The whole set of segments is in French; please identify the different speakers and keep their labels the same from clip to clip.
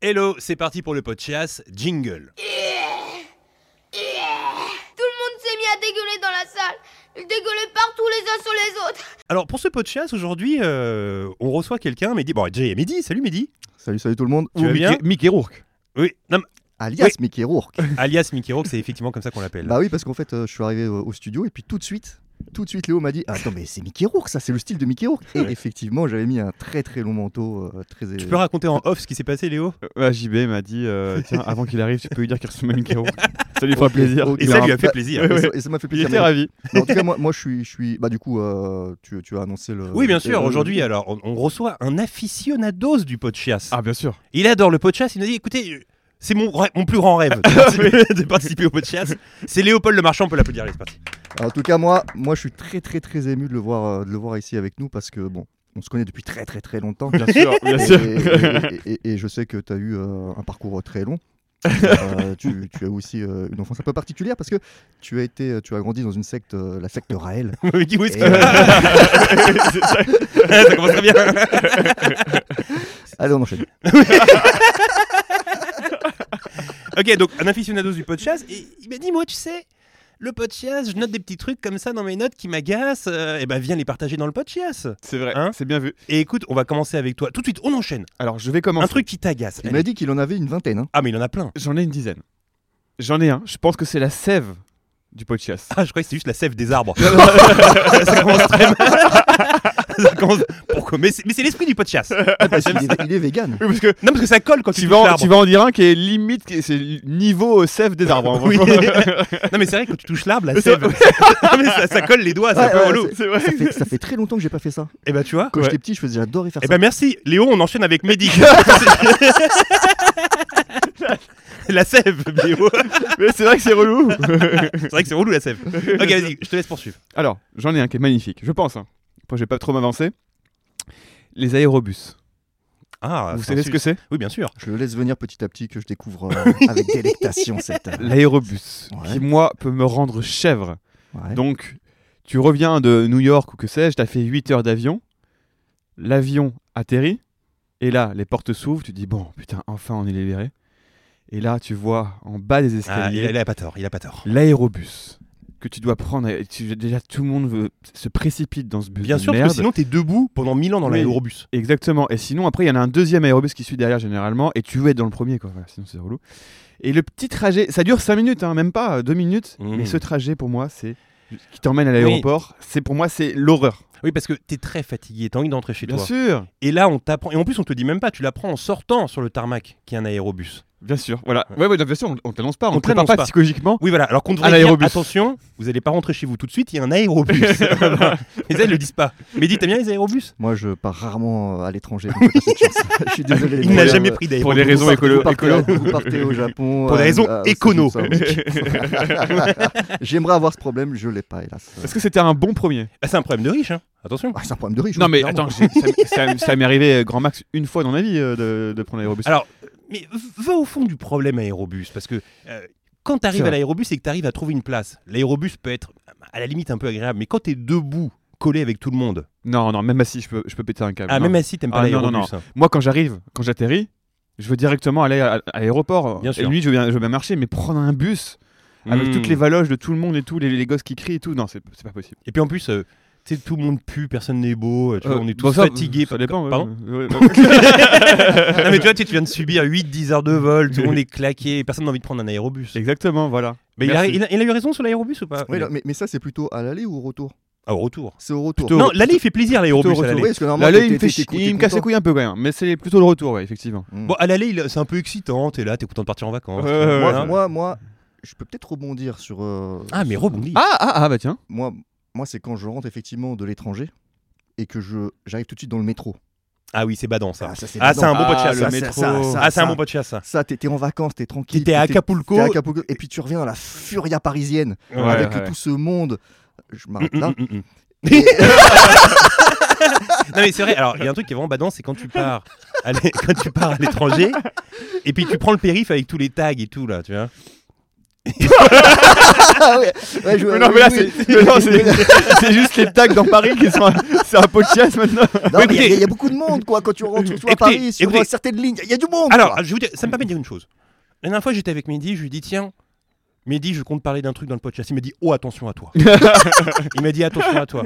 Speaker 1: Hello, c'est parti pour le podcast Jingle.
Speaker 2: Tout le monde s'est mis à dégueuler dans la salle. Ils dégueulaient partout les uns sur les autres.
Speaker 1: Alors pour ce podcast aujourd'hui, euh, on reçoit quelqu'un, Mehdi. Bon, déjà il y a Mehdi, salut Mehdi.
Speaker 3: Salut, salut tout le monde.
Speaker 1: Tu vas
Speaker 3: Ou
Speaker 1: bien
Speaker 3: Mickey, Mickey Rourke.
Speaker 1: Oui, non, mais
Speaker 3: Alias
Speaker 1: Oui.
Speaker 3: Mickey Rourke.
Speaker 1: alias Mickey Rourke, c'est effectivement comme ça qu'on l'appelle.
Speaker 3: bah oui, parce qu'en fait, euh, je suis arrivé au, au studio et puis tout de suite, tout de suite, Léo m'a dit Ah, Attends, mais c'est Mickey Rourke, ça, c'est le style de Mickey Rourke. Et
Speaker 1: Ouais.
Speaker 3: effectivement, j'avais mis un très très long manteau. euh, très
Speaker 1: tu peux raconter en off ce qui s'est passé, Léo
Speaker 4: Euh, ouais, JB m'a dit euh, Tiens, avant qu'il arrive, tu peux lui dire qu'il ressemble à Mikao. ça lui fera plaisir.
Speaker 3: ok.
Speaker 1: Et
Speaker 3: Il
Speaker 1: ça
Speaker 3: a
Speaker 1: lui
Speaker 3: un-
Speaker 1: a fait plaisir.
Speaker 3: Et
Speaker 4: Ouais,
Speaker 3: ça- Et ça m'a fait
Speaker 4: Il
Speaker 3: plaisir.
Speaker 4: était
Speaker 3: mais-
Speaker 4: ravi.
Speaker 3: mais en tout cas, moi, moi je, suis, je suis. Bah, du coup, euh, tu, tu as annoncé le.
Speaker 1: Oui, bien
Speaker 3: le-
Speaker 1: sûr.
Speaker 3: le-
Speaker 1: Aujourd'hui, euh. alors, on, on reçoit un aficionados du podcast.
Speaker 4: Ah, bien sûr.
Speaker 1: Il adore le podcast. Il nous dit, écoutez, euh, c'est mon, ra- mon plus grand rêve de participer- de participer au podcast. C'est Léopold Le Marchand. On peut l'applaudir. Allez, c'est parti.
Speaker 3: En tout cas, moi, moi, je suis très très très ému de le voir, euh, de le voir ici avec nous parce que bon, on se connaît depuis très très très longtemps.
Speaker 4: Bien sûr, bien
Speaker 3: Et-
Speaker 4: sûr.
Speaker 3: et, et- et- et je sais que tu as eu euh, un parcours euh, très long. Euh, tu, tu as aussi euh, une enfance un peu particulière parce que tu as été, tu as grandi dans une secte, euh, la secte Raël.
Speaker 1: Oui, oui,
Speaker 3: Et,
Speaker 1: c'est-
Speaker 3: euh,
Speaker 1: ça commence très bien.
Speaker 3: allez, on enchaîne.
Speaker 1: Ok, donc un aficionados du podcast, et il m'a dit Moi, tu sais, le podcast, je note des petits trucs comme ça dans mes notes qui m'agacent, et ben viens les partager dans le podcast.
Speaker 4: C'est vrai.
Speaker 1: Hein
Speaker 4: c'est bien vu.
Speaker 1: Et écoute, on va commencer avec toi. Tout de suite, on enchaîne.
Speaker 4: Alors, je vais commencer.
Speaker 1: Un truc qui t'agace.
Speaker 3: Il m'a dit qu'il en avait une vingtaine. hein.
Speaker 1: Ah, mais il en a plein.
Speaker 4: J'en ai une dizaine. J'en ai un. Je pense que c'est la sève du podcast.
Speaker 1: Ah, je croyais que c'était juste la sève des arbres. ça commence très mal. ça commence... Pourquoi Mais c'est mais c'est l'esprit du podcast.
Speaker 3: Ah, parce qu'il est, il est vegan.
Speaker 4: Oui, parce que
Speaker 1: Non, parce que ça colle quand tu
Speaker 4: tu
Speaker 1: touches
Speaker 4: vas, en,
Speaker 1: l'arbre.
Speaker 4: tu vas en dire un qui est limite, qui est- c'est niveau euh, sève des arbres. hein,
Speaker 1: Oui.
Speaker 4: franchement.
Speaker 1: non, mais c'est vrai que quand tu touches l'arbre, la
Speaker 4: Ça-
Speaker 1: sève. Non, mais ça, ça colle les doigts, c'est un
Speaker 3: Ouais,
Speaker 1: peu
Speaker 3: ouais,
Speaker 1: relou.
Speaker 4: c'est vrai.
Speaker 3: Ça fait, ça fait très longtemps que j'ai pas fait ça.
Speaker 1: Et ben, tu vois.
Speaker 3: Quand
Speaker 4: Ouais.
Speaker 3: j'étais petit, je faisais, j'adorais faire
Speaker 1: Eh
Speaker 3: ça.
Speaker 1: ben merci, Léo, on enchaîne avec Mehdi. la sève, Léo.
Speaker 4: Mais c'est vrai que c'est relou.
Speaker 1: C'est vrai que c'est relou la sève. Ok, vas-y, je te laisse poursuivre.
Speaker 4: Alors, j'en ai un qui est magnifique. Je pense. Hein. Après, je vais pas trop m'avancer. Les aérobus.
Speaker 1: Ah,
Speaker 4: Vous savez ce que c'est
Speaker 1: Oui, bien sûr.
Speaker 3: Je le laisse venir petit à petit que je découvre euh, avec délectation cette. euh,
Speaker 4: L'aérobus,
Speaker 3: Ouais.
Speaker 4: qui moi peut me rendre chèvre.
Speaker 3: ouais.
Speaker 4: Donc, tu reviens de New York ou que sais-je, t'as fait 8 heures d'avion, l'avion atterrit, et là, les portes s'ouvrent, tu dis, bon, putain, enfin on est libéré. Et là, tu vois en bas des
Speaker 1: Ah, il, a,
Speaker 4: escaliers
Speaker 1: il a pas tort, il a pas tort.
Speaker 4: l'aérobus que tu dois prendre. Et tu- déjà, tout le monde veut, se précipite dans ce bus.
Speaker 1: Bien
Speaker 4: de
Speaker 1: sûr, parce
Speaker 4: merde.
Speaker 1: que sinon t'es debout pendant 1000 ans dans
Speaker 4: Oui.
Speaker 1: l'aérobus.
Speaker 4: Exactement. Et sinon, après, il y en a un deuxième aérobus qui suit derrière généralement, et tu veux être dans le premier, quoi. Voilà, sinon, c'est relou. Et le petit trajet, ça dure 5 minutes, hein, même pas 2 minutes.
Speaker 1: Mmh.
Speaker 4: Mais ce trajet, pour moi, c'est qui t'emmène à l'aéroport. C'est pour moi, c'est l'horreur.
Speaker 1: Oui, parce que t'es très fatigué, t'as envie d'entrer chez
Speaker 4: Bien
Speaker 1: toi.
Speaker 4: sûr,
Speaker 1: Et là, on t'apprend. Et en plus, on te dit même pas, tu l'apprends en sortant sur le tarmac, qui est un aérobus.
Speaker 4: bien sûr. Voilà. Ouais, ouais, bien sûr. On, on t'annonce pas.
Speaker 1: On
Speaker 4: On, te prépare
Speaker 1: t'annonce
Speaker 4: pas,
Speaker 1: pas.
Speaker 4: psychologiquement.
Speaker 1: Oui, voilà. Alors qu'on
Speaker 4: À
Speaker 1: devrait dire,
Speaker 4: l'aérobus.
Speaker 1: attention, vous allez pas rentrer chez vous tout de suite, il y a un aérobus. Voilà. Mais ça, ils le disent pas. Mehdi, t'aimes bien les aérobus
Speaker 3: Moi, je pars rarement euh, à l'étranger. donc j'ai pas cette chance. je suis désolé. les
Speaker 1: Il n'a
Speaker 3: meilleurs,
Speaker 1: jamais
Speaker 3: euh,
Speaker 1: pris d'aérobus.
Speaker 4: Pour les raisons
Speaker 3: Vous partez-
Speaker 4: écolo-
Speaker 3: vous partez-
Speaker 4: écolo.
Speaker 3: Vous partez au Japon.
Speaker 1: Pour des
Speaker 3: euh,
Speaker 1: raisons
Speaker 3: euh,
Speaker 1: écono.
Speaker 3: c'est ça. J'aimerais avoir ce problème, je l'ai pas, hélas.
Speaker 4: Est-ce que c'était un bon premier
Speaker 1: Ah, c'est un problème de riche, hein. Attention.
Speaker 3: Ah, c'est un problème de riche.
Speaker 4: Non,
Speaker 3: oui,
Speaker 4: mais
Speaker 3: clairement.
Speaker 4: attends, j'ai- ça, ça- ça m'est arrivé euh, grand max une fois dans ma vie euh, de, de prendre l'aérobus.
Speaker 1: Alors, mais v- va au fond du problème aérobus, parce que euh, quand tu
Speaker 4: C'est
Speaker 1: arrives à
Speaker 4: vrai.
Speaker 1: l'aérobus et que tu arrives à trouver une place, l'aérobus peut être à la limite un peu agréable, mais quand tu es debout, collé avec tout le monde,
Speaker 4: Non, non, même assis, je peux, je peux péter un câble.
Speaker 1: ah,
Speaker 4: Non.
Speaker 1: même assis, t'aimes pas
Speaker 4: Ah, non,
Speaker 1: l'aérobus.
Speaker 4: non,
Speaker 1: hein.
Speaker 4: Moi, quand j'arrive, quand j'atterris, je veux directement aller à, à- à l'aéroport.
Speaker 1: Bien
Speaker 4: Et
Speaker 1: sûr.
Speaker 4: lui, je veux, bien, je veux bien marcher, mais prendre un bus avec
Speaker 1: Mm.
Speaker 4: toutes les valoches de tout le monde et tout, les, les gosses qui crient et tout, non, c'est c'est pas possible.
Speaker 1: Et puis en plus, euh, tu sais, tout le monde pue, personne n'est beau, euh, tu vois,
Speaker 4: Euh,
Speaker 1: on est tous
Speaker 4: bon, ça,
Speaker 1: fatigués.
Speaker 4: Ça dépend. ouais.
Speaker 1: Pardon
Speaker 4: Ouais, ouais.
Speaker 1: non, mais tu vois, tu, tu viens de subir 8-10 heures de vol, tout le monde est claqué, personne n'a envie de prendre un aérobus.
Speaker 4: Exactement, voilà.
Speaker 1: Mais il a,
Speaker 4: Merci.
Speaker 1: il a- il a eu raison sur l'aérobus ou pas
Speaker 3: Oui, non, mais, mais ça, c'est plutôt à l'aller ou au retour
Speaker 1: Ah, au retour.
Speaker 3: C'est au retour.
Speaker 4: Plutôt
Speaker 1: Non, l'allée, il fait plaisir l'aérobus
Speaker 4: Plutôt
Speaker 1: à
Speaker 4: au
Speaker 1: l'allée.
Speaker 3: Oui, parce que normalement,
Speaker 4: Là, là,
Speaker 3: t'es-
Speaker 4: il me fait
Speaker 3: t'es-
Speaker 4: chier,
Speaker 3: t'es- t'es
Speaker 4: il me casse les
Speaker 3: content.
Speaker 4: couilles un peu quand même, mais c'est plutôt le retour, ouais, effectivement.
Speaker 3: Mm.
Speaker 1: Bon, à l'aller, il- c'est un peu excitant, t'es là, t'es content de partir en vacances. Hein
Speaker 4: Ouais,
Speaker 1: tu vois,
Speaker 4: ouais,
Speaker 1: voilà.
Speaker 3: Moi, moi, moi, je peux peut-être rebondir sur. euh,
Speaker 1: Ah, mais
Speaker 3: sur-
Speaker 1: rebondis.
Speaker 4: Ah, ah, ah, bah tiens.
Speaker 3: Moi, moi c'est quand je rentre effectivement de l'étranger et que je j'arrive tout de suite dans le métro.
Speaker 1: Ah oui, c'est badant ça.
Speaker 3: ça, c'est
Speaker 1: Ah, c'est un
Speaker 3: dedans.
Speaker 1: bon
Speaker 4: Ah,
Speaker 1: podcast.
Speaker 4: le
Speaker 3: ça,
Speaker 4: métro.
Speaker 3: ça, ça,
Speaker 1: Ah, c'est un
Speaker 3: ça.
Speaker 1: bon podcast ça.
Speaker 3: Ça, t'es t'es en vacances, t'es tranquille.
Speaker 1: T'étais à
Speaker 3: t'es-
Speaker 1: Acapulco.
Speaker 3: t'es à Acapulco, Et puis tu reviens dans la furia parisienne
Speaker 1: Ouais,
Speaker 3: avec
Speaker 4: ouais.
Speaker 3: tout ce monde. Je m'arrête là.
Speaker 1: Mm, mm, mm, mm. non mais c'est vrai. Alors il y a un truc qui est vraiment badant, c'est quand tu pars, à l'é- quand tu pars à l'étranger, et puis tu prends le périph avec tous les tags et tout là, tu vois.
Speaker 3: Ah ouais, ouais, je-
Speaker 4: Mais non, mais là,
Speaker 3: oui, oui.
Speaker 4: c'est mais non, c'est- c'est juste les tags dans Paris qui sont. C'est un podcast maintenant.
Speaker 3: Non, mais il y a-
Speaker 1: écoutez-
Speaker 3: il y, a beaucoup de monde, quoi, quand tu rentres surtout à
Speaker 1: Écoutez,
Speaker 3: Paris, sur
Speaker 1: écoutez.
Speaker 3: euh, certaines lignes. Il y a du monde.
Speaker 1: Alors
Speaker 3: quoi.
Speaker 1: je vous dis, ça me permet de dire une chose. La dernière fois j'étais avec Mehdi, je lui dis tiens. Mehdi, je compte parler d'un truc dans le podcast. Il m'a dit Oh, attention à toi. Il m'a dit Attention à toi.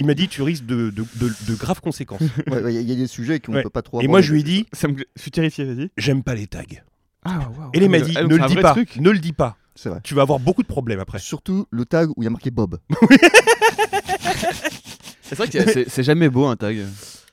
Speaker 1: Il m'a dit Tu risques de, de- de- de graves conséquences.
Speaker 3: Ouais, bah, ouais, il y, a- il y a des sujets qu'on ne
Speaker 1: euh, Ouais.
Speaker 3: peut pas trop.
Speaker 1: Et moi,
Speaker 3: aborder.
Speaker 1: je lui ai dit
Speaker 4: Ça me- Je suis terrifié, vas-y.
Speaker 1: J'aime pas les tags.
Speaker 4: Ah, waouh.
Speaker 1: Et les m'a dit
Speaker 4: Ah, donc,
Speaker 1: Ne
Speaker 4: c'est
Speaker 1: le
Speaker 4: un
Speaker 1: dis
Speaker 4: vrai
Speaker 1: pas.
Speaker 4: truc.
Speaker 1: Ne le dis pas.
Speaker 3: C'est vrai.
Speaker 1: Tu vas avoir beaucoup de problèmes après.
Speaker 3: Surtout le tag où il y a marqué Bob.
Speaker 4: C'est vrai que c'est- c'est jamais beau un tag.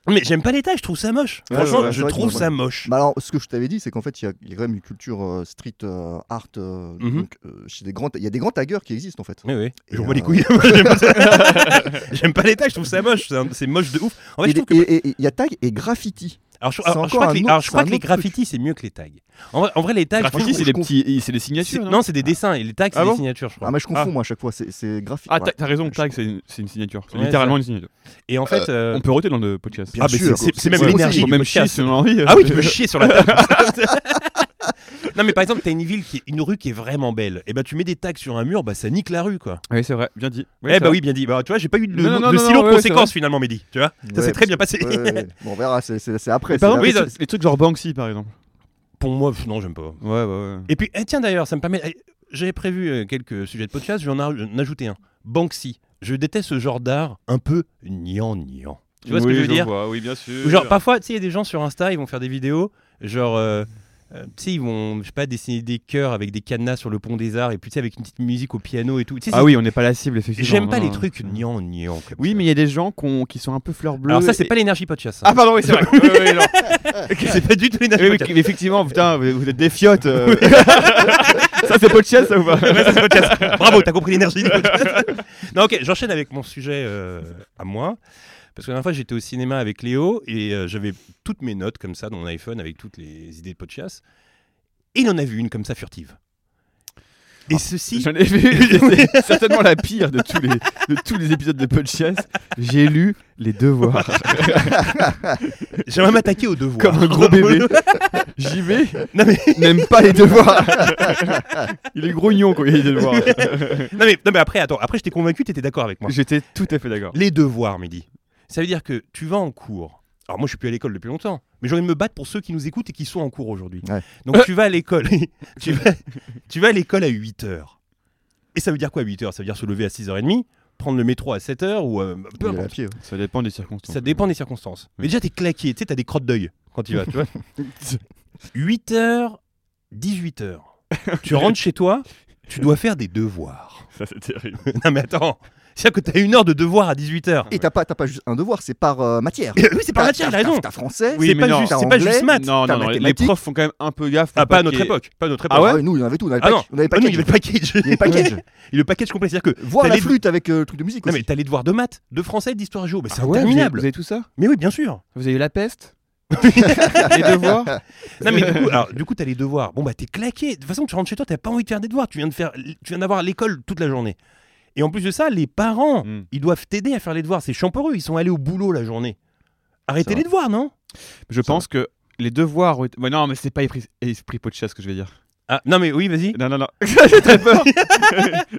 Speaker 1: Mais j'aime pas les tags, je trouve ça moche.
Speaker 3: Ouais,
Speaker 1: Franchement,
Speaker 3: ouais, ouais,
Speaker 1: je
Speaker 3: c'est vrai
Speaker 1: trouve
Speaker 3: qu'on-
Speaker 1: ça moche.
Speaker 3: Bah alors, ce que je t'avais dit, c'est qu'en fait, il y, a- il y a quand même une culture euh, street euh, art. euh,
Speaker 1: Mhm.
Speaker 3: donc, euh, chez des grands, il y a des grands taggers qui existent en fait.
Speaker 1: Oui, oui.
Speaker 3: Et
Speaker 1: Je vois les
Speaker 3: euh,
Speaker 1: couilles. J'aime pas ça. J'aime pas les tags, je trouve ça moche. C'est un- C'est moche de ouf. En fait,
Speaker 3: Et
Speaker 1: je trouve que.
Speaker 3: des- et- et- et il y a tag et graffiti.
Speaker 1: Alors, je,
Speaker 3: c'est
Speaker 1: alors, je
Speaker 3: encore
Speaker 1: crois que les,
Speaker 3: un autre-
Speaker 1: alors, je crois
Speaker 3: c'est
Speaker 1: que
Speaker 3: un
Speaker 1: les
Speaker 3: autre truc.
Speaker 1: graffitis, c'est mieux que les tags. En vrai, en vrai, les tags. Ah, je trouve-
Speaker 4: Graffiti, c'est les
Speaker 1: je trouve-
Speaker 4: petits, c'est des
Speaker 1: c'est-
Speaker 4: signatures.
Speaker 1: Non, c'est des dessins. Et les tags, c'est
Speaker 4: Ah
Speaker 1: des
Speaker 4: bon
Speaker 1: signatures, je crois.
Speaker 3: Ah, mais je confonds moi à chaque fois, c'est- c'est graffiti.
Speaker 4: Ah, t'as- t'as raison, tag, c'est une, c'est une signature. C'est
Speaker 1: Ouais,
Speaker 4: littéralement une signature.
Speaker 1: Et en fait. euh,
Speaker 4: On peut roter dans le podcast.
Speaker 3: Bien
Speaker 1: ah, mais c'est-
Speaker 3: sûr.
Speaker 1: c'est c'est même
Speaker 3: C'est
Speaker 1: l'énergie.
Speaker 3: possible.
Speaker 4: Faut
Speaker 1: du
Speaker 4: même chier
Speaker 1: podcast.
Speaker 4: si on a envie.
Speaker 1: Ah oui, tu peux chier sur la table. non, mais par exemple, t'as une ville qui est une rue qui est vraiment belle. Et ben, tu mets des tags sur un mur, bah ça nique la rue, quoi.
Speaker 4: Oui, c'est vrai, bien dit.
Speaker 1: eh bah oui, bien dit. Bah, tu vois, j'ai pas eu de,
Speaker 4: Non, non,
Speaker 1: de
Speaker 4: non, non,
Speaker 1: si longue
Speaker 4: ouais, ouais, c'est
Speaker 1: conséquence
Speaker 4: vrai.
Speaker 1: finalement, Mehdi. Tu vois, ça
Speaker 3: Ouais,
Speaker 1: s'est très bien passé.
Speaker 3: Ouais, ouais, ouais. Bon, on verra, c'est- c'est c'est après.
Speaker 4: Mais par
Speaker 3: c'est
Speaker 4: exemple,
Speaker 3: la-
Speaker 4: Ah, les,
Speaker 1: Oui,
Speaker 4: trucs- les trucs genre Banksy, par exemple.
Speaker 1: Pour moi, pff, non, j'aime pas.
Speaker 4: Ouais, ouais, ouais.
Speaker 1: Et puis, eh, tiens d'ailleurs, ça me permet. eh, J'avais prévu euh, quelques sujets de podcast, j'en ai en ajouté un. Banksy. Je déteste ce genre d'art un peu gnangnan. Tu vois ce que je veux dire
Speaker 4: Oui, bien sûr.
Speaker 1: Ou Genre, parfois, tu sais, il y a des gens sur Insta, ils vont faire des vidéos, genre. euh, euh, tu sais, ils vont, je sais pas, dessiner des cœurs avec des cadenas sur le pont des arts et puis tu sais, avec une petite musique au piano et tout. Tu sais,
Speaker 4: Ah
Speaker 1: c'est-
Speaker 4: oui, on n'est pas la cible, effectivement.
Speaker 1: J'aime pas
Speaker 4: Non,
Speaker 1: les
Speaker 4: non.
Speaker 1: trucs gnangnan. comme
Speaker 4: Oui,
Speaker 1: ça.
Speaker 4: mais il y a des gens qu'on- qui sont un peu fleurs bleues.
Speaker 1: Alors, ça, c'est
Speaker 4: et-
Speaker 1: pas l'énergie podcast. ça.
Speaker 4: Ah, pardon, oui, c'est vrai. Oui, oui, non.
Speaker 1: c'est pas du tout l'énergie
Speaker 4: Oui, oui,
Speaker 1: podcast.
Speaker 4: mais effectivement, putain, vous vous êtes des fiottes. euh. ça, c'est podcast, ça ou pas
Speaker 1: Ouais, c'est ce podcast. Bravo, t'as compris l'énergie. du podcast. non, ok, j'enchaîne avec mon sujet euh, à moi. Parce que la dernière fois, j'étais au cinéma avec Léo et euh, j'avais toutes mes notes comme ça dans mon iPhone avec toutes les idées de podcast. Et il en a vu une comme ça furtive. Et
Speaker 4: Ah,
Speaker 1: ceci.
Speaker 4: J'en ai vu. C'est certainement la pire de tous les, de tous les épisodes de podcast. J'ai lu les devoirs
Speaker 1: J'aimerais m'attaquer au devoir.
Speaker 4: comme un gros bébé. J'y vais,
Speaker 1: non, mais,
Speaker 4: n'aime pas les devoirs. Il est grognon quand il y a les devoirs.
Speaker 1: non, mais, non, mais après, attends, après, je t'ai convaincu, t'étais d'accord avec moi.
Speaker 4: J'étais tout à fait d'accord.
Speaker 1: Les devoirs, Mehdi. Ça veut dire que tu vas en cours. Alors moi, je suis plus à l'école depuis longtemps, mais j'ai envie de me battre pour ceux qui nous écoutent et qui sont en cours aujourd'hui.
Speaker 3: Ouais.
Speaker 1: Donc tu vas à l'école, tu, vas, tu vas à l'école à 8 heures. Et ça veut dire quoi 8 heures Ça veut dire se lever à 6h30, prendre le métro à 7h ou euh, peu
Speaker 3: Il est à
Speaker 1: importe.
Speaker 3: pied, ouais.
Speaker 4: Ça dépend des circonstances.
Speaker 1: Ça dépend des circonstances. Mais déjà, t'es claqué, tu sais, t'as des crottes d'œil quand tu vas, tu vois. 8 heures, 18 heures. Tu rentres chez toi, tu dois faire des devoirs.
Speaker 4: Ça, c'est terrible.
Speaker 1: non mais attends, c'est-à-dire que t'as une heure de devoir à 18 heures.
Speaker 3: Et t'as pas, t'as pas juste un devoir, c'est par euh, matière.
Speaker 1: oui, c'est par
Speaker 3: T'as-
Speaker 1: matière, il a
Speaker 3: t'as-
Speaker 1: raison.
Speaker 3: T'as français,
Speaker 4: Oui,
Speaker 1: c'est
Speaker 4: mais
Speaker 1: pas,
Speaker 4: non.
Speaker 1: juste,
Speaker 3: T'as
Speaker 1: c'est pas juste
Speaker 3: anglais,
Speaker 1: maths.
Speaker 4: Non,
Speaker 3: T'as
Speaker 4: non, non, les
Speaker 3: mathématiques.
Speaker 4: profs font quand même un peu gaffe.
Speaker 1: Ah,
Speaker 4: pour
Speaker 1: pas à
Speaker 4: qu'il
Speaker 1: notre
Speaker 4: y ait-
Speaker 1: époque. Pas à notre époque.
Speaker 4: Ah ouais
Speaker 3: Nous, on avait tout. On avait,
Speaker 1: Ah non,
Speaker 3: pack- on avait
Speaker 1: Ah non, il y
Speaker 3: package.
Speaker 1: avait le package.
Speaker 3: Il y avait le package.
Speaker 1: Et le package complet, c'est-à-dire que.
Speaker 3: Voir
Speaker 1: t'as
Speaker 3: la
Speaker 1: les-
Speaker 3: flûte avec euh, le truc de musique
Speaker 1: Non,
Speaker 3: aussi.
Speaker 1: mais t'as les devoirs de maths, de français, d'histoire géo. Mais c'est
Speaker 4: Ah ouais,
Speaker 1: interminable.
Speaker 4: Vous avez vous avez tout ça
Speaker 1: Mais oui, bien sûr.
Speaker 4: Vous avez eu la peste Les devoirs
Speaker 1: Non, mais du coup, alors, du coup, t'as les devoirs. Bon, bah, t'es claqué. De toute façon, tu rentres chez toi, t'as pas envie de faire des devoirs. Tu viens de faire, tu viens d'avoir l'école toute la journée. Et en plus de ça, les parents,
Speaker 3: Hmm.
Speaker 4: Mm.
Speaker 1: ils doivent t'aider à faire les devoirs. C'est chiant pour eux. Ils sont allés au boulot la journée.
Speaker 3: C'est
Speaker 1: Arrêtez les
Speaker 3: vrai.
Speaker 1: devoirs, non
Speaker 4: Je pense que les devoirs. ont été- Ouais, non, mais c'est pas esprit, esprit pot de chasse que je vais dire.
Speaker 1: Ah, non, mais oui, vas-y.
Speaker 4: Non, non, non. J'ai très peur.